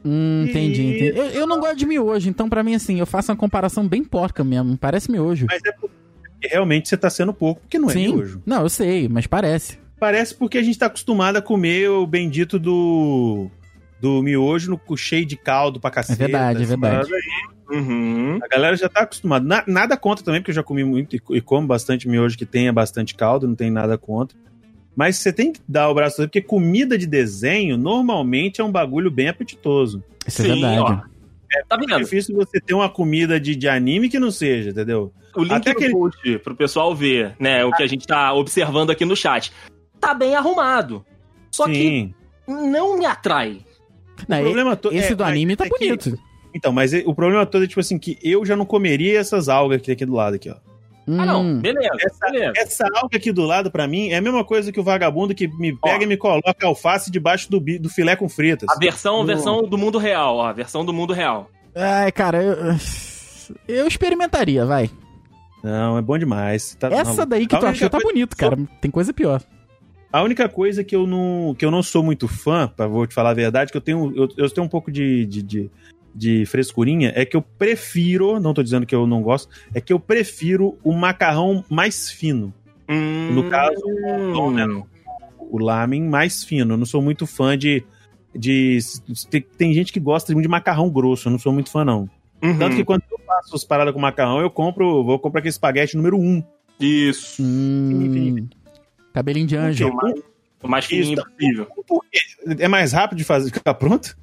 Hum, entendi, entendi. Eu, eu não gosto de miojo, então pra mim, assim, eu faço uma comparação bem porca mesmo. Parece miojo.
Mas é porque realmente você tá sendo pouco, porque não é
Sim.
miojo.
Não, eu sei, mas parece.
Parece porque a gente tá acostumado a comer o bendito do, do miojo no cu- cheio de caldo pra cacete.
verdade, é verdade.
Uhum.
A galera já tá acostumada. Na- nada contra também, porque eu já comi muito e, e como bastante miojo que tenha bastante caldo, não tem nada contra. Mas você tem que dar o braço a torcer, porque comida de desenho normalmente é um bagulho bem apetitoso.
Isso é
Sim,
verdade.
Tá
É
vendo?
difícil você ter uma comida de, de anime que não seja, entendeu?
O link
Até
do
aquele-
post pro pessoal ver, né? O que a gente tá observando aqui no chat. Tá bem arrumado. Só
Sim.
que não me atrai.
Não,
o
e-
problema to-
esse
é,
do
mas
anime tá
é que-
bonito.
Então, mas é- o problema todo é tipo assim, que eu já não comeria essas algas que tem aqui do lado aqui, ó.
Ah, não.
Hum,
Beleza,
Essa-
beleza.
Essa alga aqui do lado, pra mim, é a mesma coisa que o vagabundo que me pega e me coloca alface debaixo do, bi- do filé com fritas.
A versão, versão do mundo real, ó. A versão do mundo real.
Ai, cara, eu. Eu experimentaria, vai.
Não, é bom demais. Tá-
Essa
não.
daí que
A
tu
única
achou tá
coisa-
bonito, cara. Tem coisa pior.
A única coisa que eu não, que eu não sou muito fã, pra, vou te falar a verdade, que eu tenho, eu, eu tenho um pouco de, de, de, de frescurinha, é que eu prefiro, não tô dizendo que eu não gosto, é que eu prefiro o macarrão mais fino. No caso,
Hum,
né? o lamen mais fino. Eu não sou muito fã de. de tem, tem gente que gosta de macarrão grosso, eu não sou muito fã, não.
uhum.
Tanto que quando eu faço as paradas com macarrão, eu compro, vou comprar aquele espaguete número 1. Um.
Isso.
Hum, cabelinho
é
de anjo.
Então, um
O mais fininho
Isso.
possível.
Porque é mais rápido de fazer ficar pronto,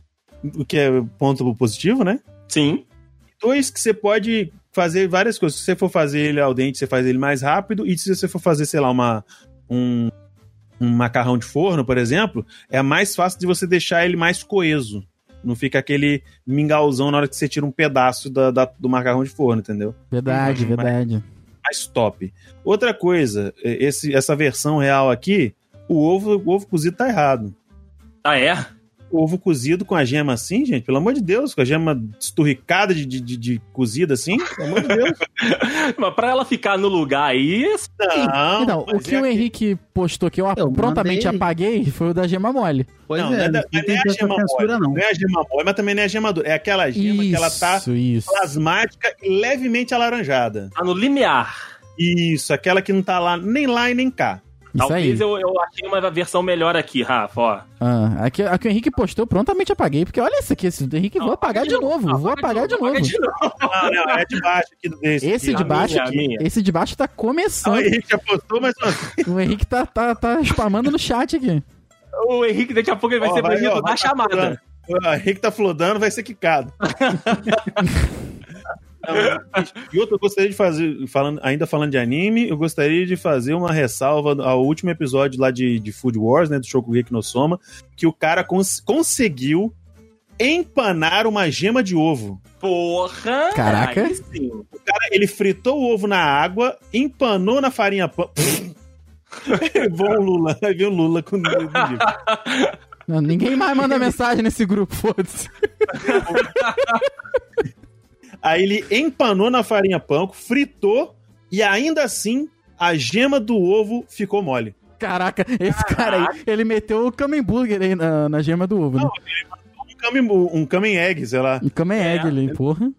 o que é ponto positivo, né?
Sim.
Dois, que você pode fazer várias coisas. Se você for fazer ele ao dente, você faz ele mais rápido. E se você for fazer, sei lá, uma, um, um macarrão de forno, por exemplo, é mais fácil de você deixar ele mais coeso. Não fica aquele mingauzão na hora que você tira um pedaço da- da- do macarrão de forno, entendeu?
Verdade,
Hum,
verdade.
mais top. Outra coisa, eh, esse- essa versão real aqui, o ovo, o ovo cozido tá errado.
Ah, é? [LAUGHS]
O ovo cozido com a gema assim, gente, pelo amor de Deus, com a gema esturricada de, de, de- de cozida assim, pelo amor de Deus.
Mas pra ela ficar no lugar aí,
Não,
Então, o
mas
que o
é aqui-
Henrique postou que eu,
Eu
prontamente
mandei.
apaguei foi o da gema mole.
Pois
não,
é,
não,
não,
é, da- mas não
tem
é a
tanta
gema
censura,
mole,
não.
não é a gema mole, mas também não é a gema dura. É aquela gema que ela tá
Isso, isso.
plasmática e levemente alaranjada.
tá no limiar.
Isso, aquela que não tá lá nem lá e nem cá.
Isso aí.
Talvez eu, eu achei uma versão melhor aqui, Rafa, ó.
Ah, a, que, a que o Henrique postou, eu prontamente apaguei. Porque olha isso aqui, esse do Henrique,
Não,
vou apagar de
apaga de
novo. Vou apagar de novo.
Apaga de novo.
Não, não, é de baixo aqui desse.
Esse de
A
baixo,
minha, a minha.
esse de baixo tá
O
começando.
Henrique apostou, mas
O Henrique tá, tá, tá spamando no chat aqui.
O Henrique, daqui a pouco, ele vai
Ó,
ser
vai,
banido
ó,
da
vai
chamada.
O Henrique tá flodando, vai ser quicado. e outro, eu gostaria de fazer, falando, ainda falando de anime, eu gostaria de fazer uma ressalva ao último episódio lá de, de Food Wars, né, do Shokugeki no Soma, que o cara cons- conseguiu empanar uma gema de ovo.
Porra!
Caraca.
aí sim.
Cara, ele fritou o ovo na água, empanou na farinha [LAUGHS] pão. Bom Lula, [LAUGHS] aí viu o Lula com
Não, Ninguém mais manda mensagem nesse grupo, foda-se.
Aí ele empanou na farinha panko, fritou e ainda assim a gema do ovo ficou mole.
Caraca, esse cara aí, ele meteu o Kamen Burger aí na, na gema do ovo, né?
Um coming, um coming egg, sei lá.
O Kamen
é.
Egg ali, porra.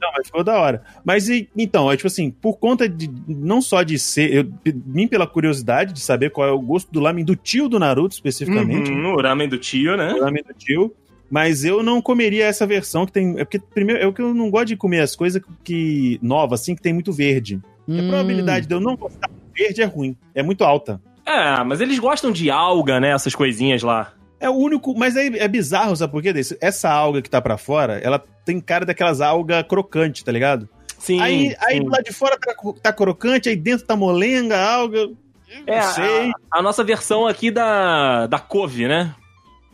Não, mas ficou da hora. Mas e- então, é tipo assim, por conta de não só de ser, eu mim pela curiosidade de saber qual é o gosto do lamen do tio do Naruto especificamente,
Uhum, o ramen do tio, né?
o lamen do tio, mas eu não comeria essa versão que tem, é porque primeiro, eu que eu não gosto de comer as coisas que nova assim, que tem muito verde. A
Hum.
probabilidade de eu não gostar do verde é ruim, é muito alta.
É, mas eles gostam de alga, né? Essas coisinhas lá.
É o único, mas é, é bizarro, sabe por quê desse? Essa alga que tá pra fora, ela tem cara daquelas algas crocante, tá ligado?
Sim.
aí,
sim.
aí lá de fora tá, tá crocante, aí dentro tá molenga, a alga.
é,
sei.
A, a nossa versão aqui da, da couve, né?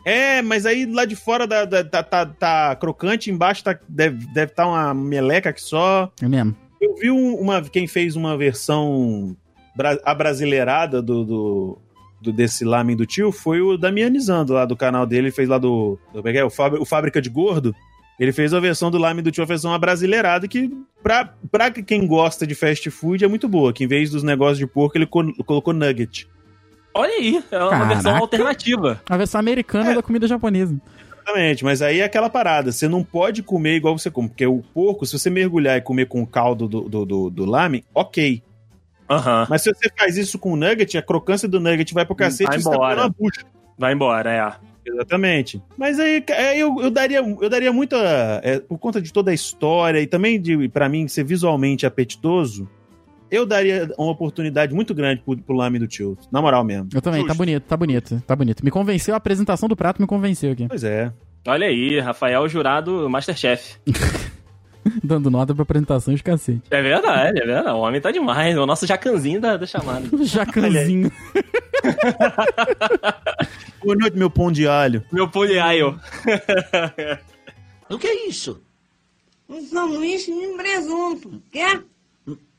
É, mas aí lá de fora da, da- tá- tá, tá crocante, embaixo tá, deve estar deve tá uma meleca que só.
É mesmo.
Eu vi um- uma quem fez uma versão bra- abrasileirada do, do, do- desse lamen do tio foi o Damianizando lá do canal dele, ele fez lá do, do como é que é? o, Fábri- o Fábrica de Gordo. Ele fez a versão do lamen do tio, a versão abrasileirada que pra, pra quem gosta de fast food é muito boa, que em vez dos negócios de porco ele col- colocou nugget.
Olha aí, é uma
Caraca.
versão alternativa.
A versão
É.
americana da comida japonesa.
Exatamente, mas aí é aquela parada, você não pode comer igual você come, porque o porco, se você mergulhar e comer com o caldo do, do, do, do lamen, ok.
Aham.
Mas se você faz isso com o nugget, a crocância do nugget vai pro cacete
Vai
e você tá pondo
embora.
na bucha.
Vai embora, é.
Exatamente. Mas aí, ca- aí eu, eu daria, eu daria muita. é, por conta de toda a história e também de, pra mim, ser visualmente apetitoso, eu daria uma oportunidade muito grande pro, pro lame do tio. Na moral mesmo.
Eu também, tá
Justo.
bonito, tá bonito, tá bonito. Me convenceu, a apresentação do prato me convenceu aqui.
Pois é.
Olha aí, Rafael Jurado Masterchef.
Dando nota pra apresentação os cacete.
É verdade, é verdade. O homem tá demais. É o nosso jacanzinho da,
[LAUGHS]
da chamada.
Jacanzinho.
Boa noite, meu pão de alho.
Meu poliaio.
O que é isso?
Um sanduíche de presunto. Quer?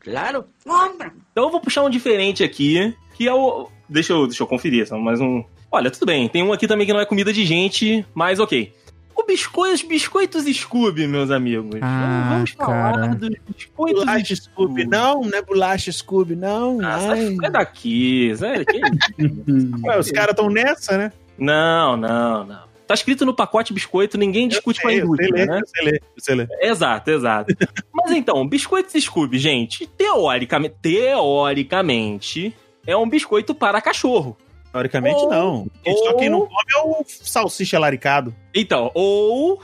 Claro.
Compra.
Então eu vou puxar um diferente aqui, que é o. Deixa eu, deixa eu conferir, só mais um. Olha, tudo bem. Tem um aqui também que não é comida de gente, mas ok. O biscoitos, biscoitos Scooby, meus amigos.
Ah,
Vamos falar
cara.
dos biscoitos Scooby.
não, não é bolacha Scooby, não.
Ah, sai sai daqui. Sai daqui. [LAUGHS]
Ué, os caras tão nessa, né?
não, não, não. Tá escrito no pacote biscoito, ninguém discute com a
Sei, eu sei
indústria,
ler,
né?
eu sei ler, eu sei ler.
Exato, exato. Mas então, biscoitos Scooby, gente, teoricamente, teoricamente, é um biscoito para cachorro.
Teoricamente,
Ou-
não. Só quem não
ou-
come é o salsicha laricado.
Então, ou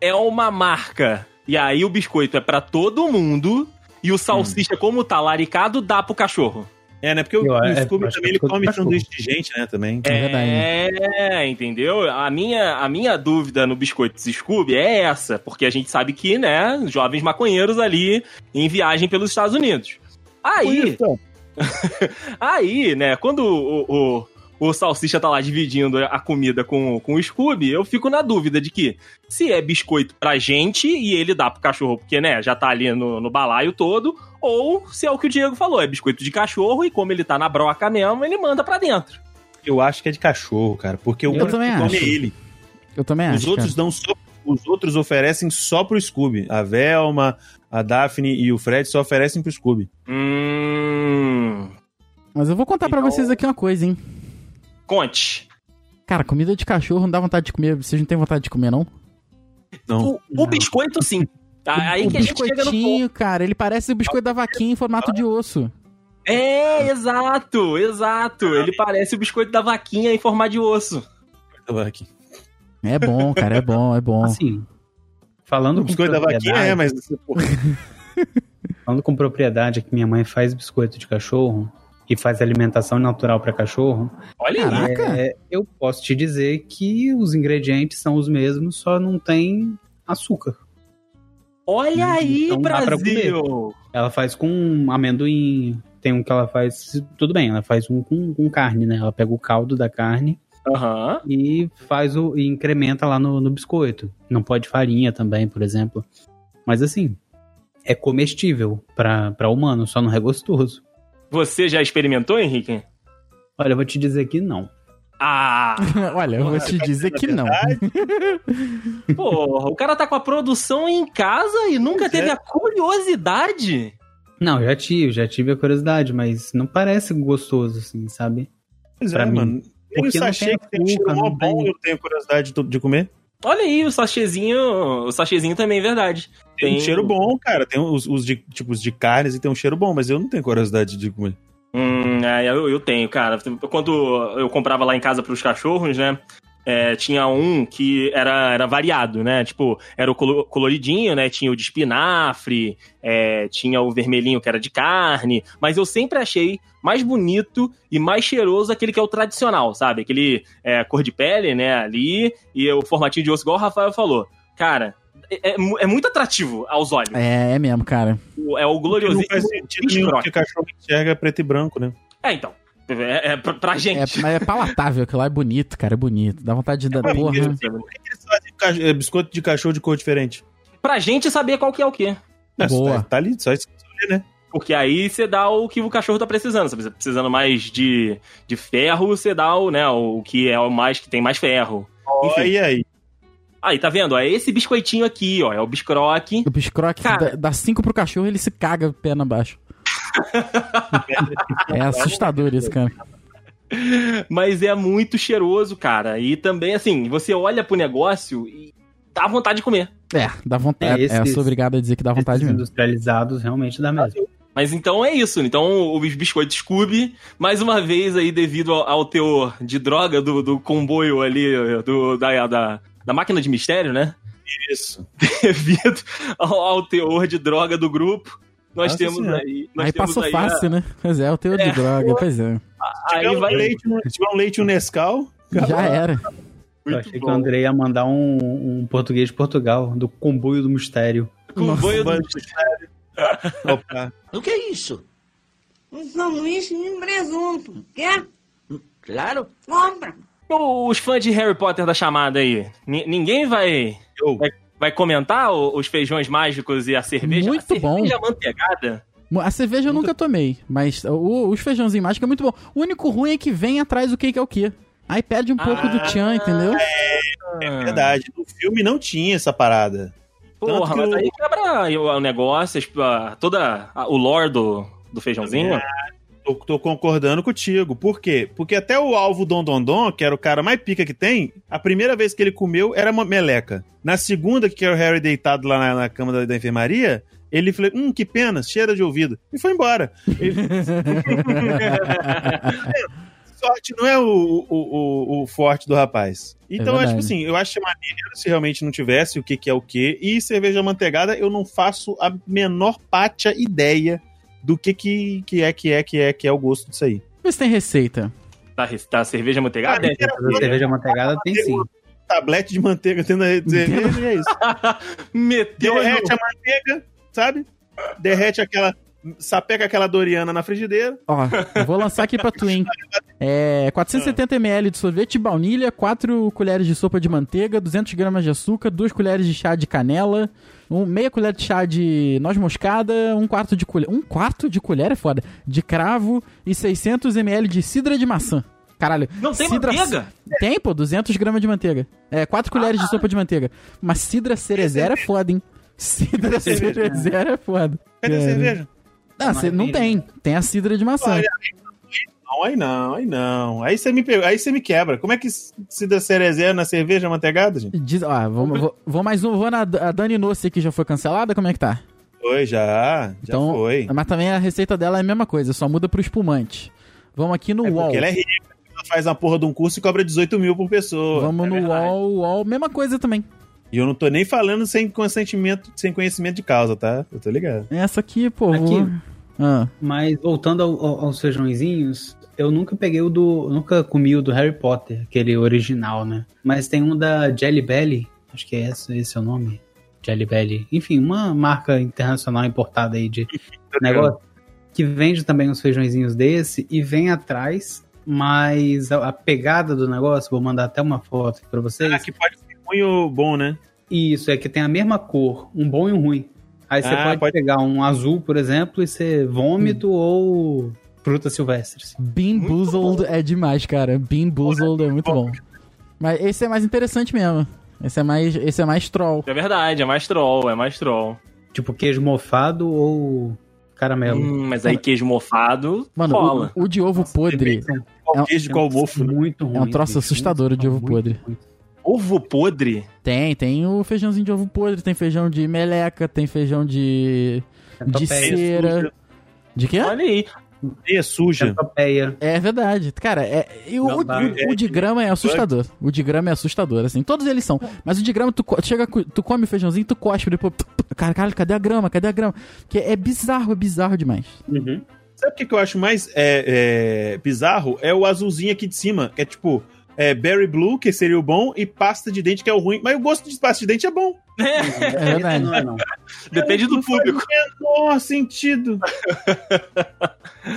é uma marca, e aí o biscoito é pra todo mundo, e o salsicha,
Hum.
como tá laricado, dá pro cachorro.
É, né? Porque o,
Eu
o
acho-
Scooby
acho que
também ele
ficou
come
cachorro.
sanduíche de gente, né? Também.
É verdade.
É, entendeu? A minha, a minha dúvida no biscoitos Scooby é essa, porque a gente sabe que, né, jovens maconheiros ali em viagem pelos Estados Unidos. Aí, [LAUGHS] Aí, né, quando o, o, o Salsicha tá lá dividindo a comida com, com o Scooby, eu fico na dúvida de que se é biscoito pra gente e ele dá pro cachorro, porque, né, já tá ali no, no balaio todo, ou se é o que o Diego falou, é biscoito de cachorro e como ele tá na broca mesmo, ele manda pra dentro.
Eu acho que é de cachorro, cara. Porque o
Eu
único
também
que
acho.
come é ele.
Eu
É,
também
Os
acho.
outros
cara.
dão só. Os outros oferecem só pro Scooby. A Velma, a Daphne e o Fred só oferecem pro Scooby.
Hum.
Mas eu vou contar pra
Então-
vocês aqui uma coisa, hein.
Conte.
Cara, comida de cachorro não dá vontade de comer. Vocês não têm vontade de comer, não?
Não.
O, o biscoito, sim. A- Tá, Aí
o
que a gente chega no ponto.
biscoitinho, cara, ele parece o biscoito da vaquinha em formato de osso.
É, exato, exato. Ele parece o biscoito da vaquinha em forma de osso.
Tava aqui.
É bom, cara, é bom, é bom.
Assim, falando
O biscoito da vaquinha é, mas. porra,
Falando com propriedade que minha mãe faz biscoito de cachorro e faz alimentação natural para cachorro,
Olha aí.
Caraca,
é, eu posso te dizer que os ingredientes são os mesmos, só não tem açúcar.
Olha aí,
Então dá pra
Brasil!
Ela faz com amendoim, tem um que ela faz, tudo bem, ela faz um com, com carne, né? Ela pega o caldo da carne
Aham.
e faz o e incrementa lá no, no biscoito. Não pode farinha também, por exemplo. Mas assim, é comestível para humano, só não é gostoso.
Você já experimentou, Henrique?
Olha, eu vou te dizer que não.
Ah,
[LAUGHS] olha, eu vou te dizer que não.
porra, o cara tá com a produção em casa e nunca
Pois
teve
é.
a curiosidade.
Não, já tive, já tive a curiosidade, mas não parece gostoso, assim, sabe?
Pois
Pra
é,
mim.
mano. Nem o
Porque não
sachê
tem
que tem cheiro
açúcar,
mó
não tem-
bom, eu tenho curiosidade de, de comer.
Olha aí, o sachezinho, o sachezinho também é verdade.
Tem,
Tem-
um cheiro bom, cara. Tem os, os de, tipos de carnes e tem um cheiro bom, mas eu não tenho curiosidade de comer.
Hum, é, eu, eu tenho, cara. Quando eu comprava lá em casa pros cachorros, né? é, tinha um que era, era variado, né? Tipo, era o colo- coloridinho, né? Tinha o de espinafre, é, tinha o vermelhinho que era de carne. Mas eu sempre achei mais bonito e mais cheiroso aquele que é o tradicional, sabe? Aquele é, cor de pele, né? Ali, e o formatinho de osso, igual o Rafael falou. Cara, é, é mu- é muito atrativo aos olhos.
É, é mesmo, cara.
O- É o
Não
gloriosinho.
faz sentido nenhum, porque cachorro enxerga preto e branco, né?
É, então. É, é pra, pra
É,
gente.
mas é palatável, aquilo lá é bonito, cara, é bonito. Dá vontade de dar porra.
[LAUGHS]
Eles fazem ca- eh, biscoito de cachorro de cor diferente.
Pra gente saber qual que é o quê.
É, só-
Boa.
Tá, ali, só isso.
Porque aí você dá o que o cachorro tá precisando. Se você tá precisando mais de, de ferro, você dá o, né, o que é o mais que tem mais ferro.
Ó, e aí?
Aí, tá vendo? É esse biscoitinho aqui, ó. É o
[LAUGHS]
biscroque.
O biscroque
Cara.
dá- dá cinco pro cachorro ele se caga perna abaixo. é assustador isso, cara.
Mas é muito cheiroso, cara. E também, assim, você olha pro negócio e dá vontade de comer.
É, dá vontade.
É,
É,
esse-
eu sou obrigado a dizer que dá vontade
Esses
mesmo.
industrializados realmente dá mesmo.
Mas então é isso. Então, os biscoitos Scooby, mais uma vez aí, devido ao, ao teor de droga do, do comboio ali, do, da, da, da máquina de mistério, né?
Isso.
[LAUGHS] Devido ao, ao teor de droga do grupo, nós
Nossa
temos
Senhora.
aí. Nós
Aí
temos
passou
aí a-
fácil, né? Pois é, o teu de droga, pois é.
Se
aí
tiver, um
vai-
leite, se tiver um leite e um Nescau,
Já era.
Eu
Muito
achei que o
bom.
Andrei ia mandar um, um português de Portugal, do comboio do mistério.
Comboio do
banho de mistério. Opa.
O que é isso?
Um sanduíche e um presunto. Quer?
Claro.
Compra.
Os fãs de Harry Potter da chamada aí, ni- ninguém vai
Eu.
vai comentar o- os feijões mágicos e a cerveja?
Muito
a cerveja é
bom.
manteigada?
A cerveja eu nunca tomei, mas o- os feijãozinhos mágicos é muito bom. O único ruim é que vem atrás do que que é o quê. Aí perde um pouco do tchan, entendeu?
É
Verdade. No filme não tinha essa parada.
Porra,
Tanto que
mas
o-
aí quebra aí o o negócio, tipo, a- toda a- o lore do, do feijãozinho.
É. Tô, tô concordando contigo. Por quê? Porque até o alvo Dom Dom Dom, que era o cara mais pica que tem, a primeira vez que ele comeu era uma meleca. Na segunda, que era o Harry deitado lá na, na cama da, da enfermaria, ele falou: hum, que pena, cheira de ouvido. E foi embora. Ele- Sorte não é o, o, o, o forte do rapaz. Então, eu acho que
verdade.
assim, eu acho maneiro se realmente não tivesse o que, que é o que. E cerveja manteigada, eu não faço a menor pátia ideia do que, que, que é, que é, que é, que é o gosto disso aí.
Vê se tem receita.
Da, re- da cerveja manteigada? é
Ah,
Pra fazer cerveja manteigada tem sim.
tablete de manteiga dentro da [LAUGHS] cerveja e é isso.
Meteu no-
Derrete a manteiga, sabe? Derrete aquela. Sapeca aquela Doriana na frigideira.
Ó, eu vou lançar aqui pra tu, hein? É 470ml de sorvete de baunilha, 4 colheres de sopa de manteiga, 200 gramas de açúcar, 2 colheres de chá de canela, um, meia colher de chá de noz moscada, 1 quarto de colher... Um quarto de colher é foda. De cravo e 600ml de cidra de maçã. Caralho.
Não tem
cidra-
manteiga? Ah.
Tem, pô, 200 gramas de manteiga. É, 4 colheres de sopa de manteiga. Mas cidra cerezera é foda, hein? Cidra cerezera é foda.
Cadê a
Cara.
cerveja?
Ah, cê- não tem. Tem a cidra de maçã.
Não, aí não, aí não. Aí você me, pegou- aí você me quebra. Como é que se dá cerezeira na cerveja manteigada, gente?
Diz, ó, vou, vou- vou mais um, vou na a Dani Noce que já foi cancelada, como é que tá?
Foi, já. Já
Então,
foi. É
Mas também a receita dela é a mesma coisa, só muda pro espumante. Vamos aqui no
É
UOL.
porque ela é rica. Ela faz uma porra de um curso e cobra 18 mil por pessoa.
Vamos
É
no
verdade.
UOL, UOL, mesma coisa também.
E eu não tô nem falando sem consentimento, sem conhecimento de causa, tá? Eu tô ligado.
Essa aqui, pô.
Aqui.
vou- Ah,
Mas voltando ao- ao- aos feijõezinhos, eu nunca peguei o do. eu Nunca comi o do Harry Potter, aquele original, né? Mas tem um da Jelly Belly, acho que é esse, esse é o nome. Jelly Belly. Enfim, uma marca internacional importada aí de negócio. Que vende também uns feijõezinhos desse e vem atrás, mas a, a pegada do negócio, vou mandar até uma foto aqui pra
é
vocês.
Ah, que pode ser ruim ou bom, né?
Isso, é que tem a mesma cor, um bom e um ruim. Aí você
Ah,
pode,
pode-
pegar um azul, por exemplo, e ser vômito ou assim. frutas silvestres.
Bean
Muito
Boozled é demais, cara. Bean Boozled é muito bom. Mas esse é mais interessante mesmo. Esse é mais, esse é mais troll.
É verdade, é mais troll, é mais troll.
Tipo queijo mofado ou caramelo.
Hum, mas aí queijo mofado
É. Mano,
cola.
o, o de ovo podre É um-
Qual queijo, qual mofo. né?
Muito ruim.
é um troço
gente.
assustador de ovo
Muito
podre.
ruim.
Ovo podre?
Tem, tem o feijãozinho de ovo podre, tem feijão de meleca, tem feijão de. de
É
Centopeia.
cera. De quê?
Olha aí.
Meia é suja.
Centopeia.
É verdade. Cara, é, e o,
Não
o-
tá.
dá.
o- o de grama é assustador. O de grama é assustador, assim. Todos eles são. Mas o de grama, tu, co- chega, cu- tu come o feijãozinho, tu cospe depois. tu- tu- Caralho, cadê a grama? Cadê a grama? Porque é bizarro, é bizarro demais.
Uhum.
Sabe o que que eu acho mais é, é, bizarro? É o azulzinho aqui de cima, que é tipo é, Berry Blue, que seria o bom, e pasta de dente, que é o ruim. Mas o gosto de pasta de dente é bom.
É verdade.
Não é, não.
Depende do
Não faz
público.
o menor sentido.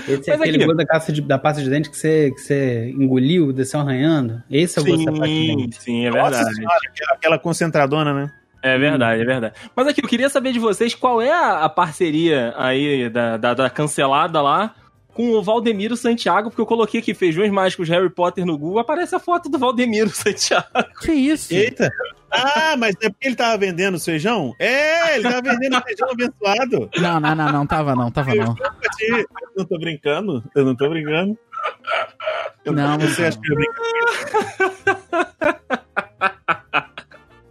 Esse é
Mas
aquele
aqui-
gosto da, caça de- da pasta de dente que você, que você engoliu, desceu arranhando. Esse é o gosto da pasta de
Sim,
dente.
sim, é
Nossa
verdade.
senhora, aquela- aquela concentradona, né?
É verdade, é verdade. Mas aqui, eu queria saber de vocês qual é a a parceria aí da, da, da cancelada lá com o Valdemiro Santiago, porque eu coloquei aqui feijões mágicos Harry Potter no Google, aparece a foto do Valdemiro [LAUGHS] Santiago.
Que isso?
Eita! Ah, mas é porque ele tava vendendo os feijão? É, ele tava vendendo feijão abençoado.
Não, não, não, não, tava não, tava não.
Eu não tô brincando, eu não tô brincando. Eu
Não,
você
não.
acha que eu brinco?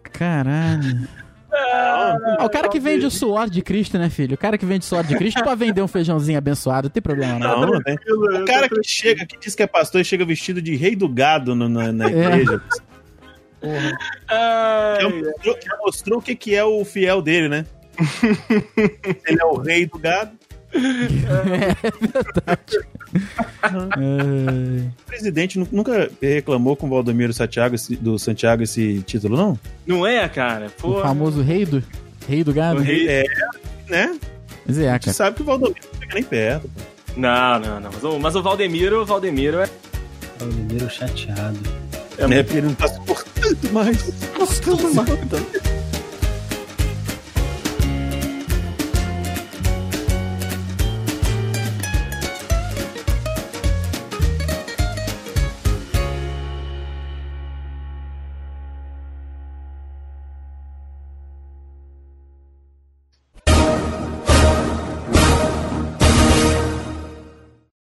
Caralho.
Não,
Ó, o cara que vende o suor de Cristo, né, filho? O cara que vende o suor de Cristo pra vender um feijãozinho abençoado, não tem problema não.
não, não tem. O cara que chega, que diz que é pastor e chega vestido de rei do gado no- na, na igreja.
Porra.
Já mostrou, já mostrou o que, que é o fiel dele, [LAUGHS] né? Ele é o rei do gado,
Ai.
[LAUGHS] o presidente nu- nunca reclamou com o Valdomiro Santiago, esse- do Santiago esse título, não?
Não é, cara? Pô,
O famoso rei do... Rei do
o
gado?
rei-
É, né?
Pois é,
A gente
cara.
sabe que o Valdomiro não chega nem perto.
Não, não, não. Mas o, mas o Valdemiro, o Valdemiro é.
É o mineiro chateado.
Né? É, porque ele não tá suportando mais. Suportando mais.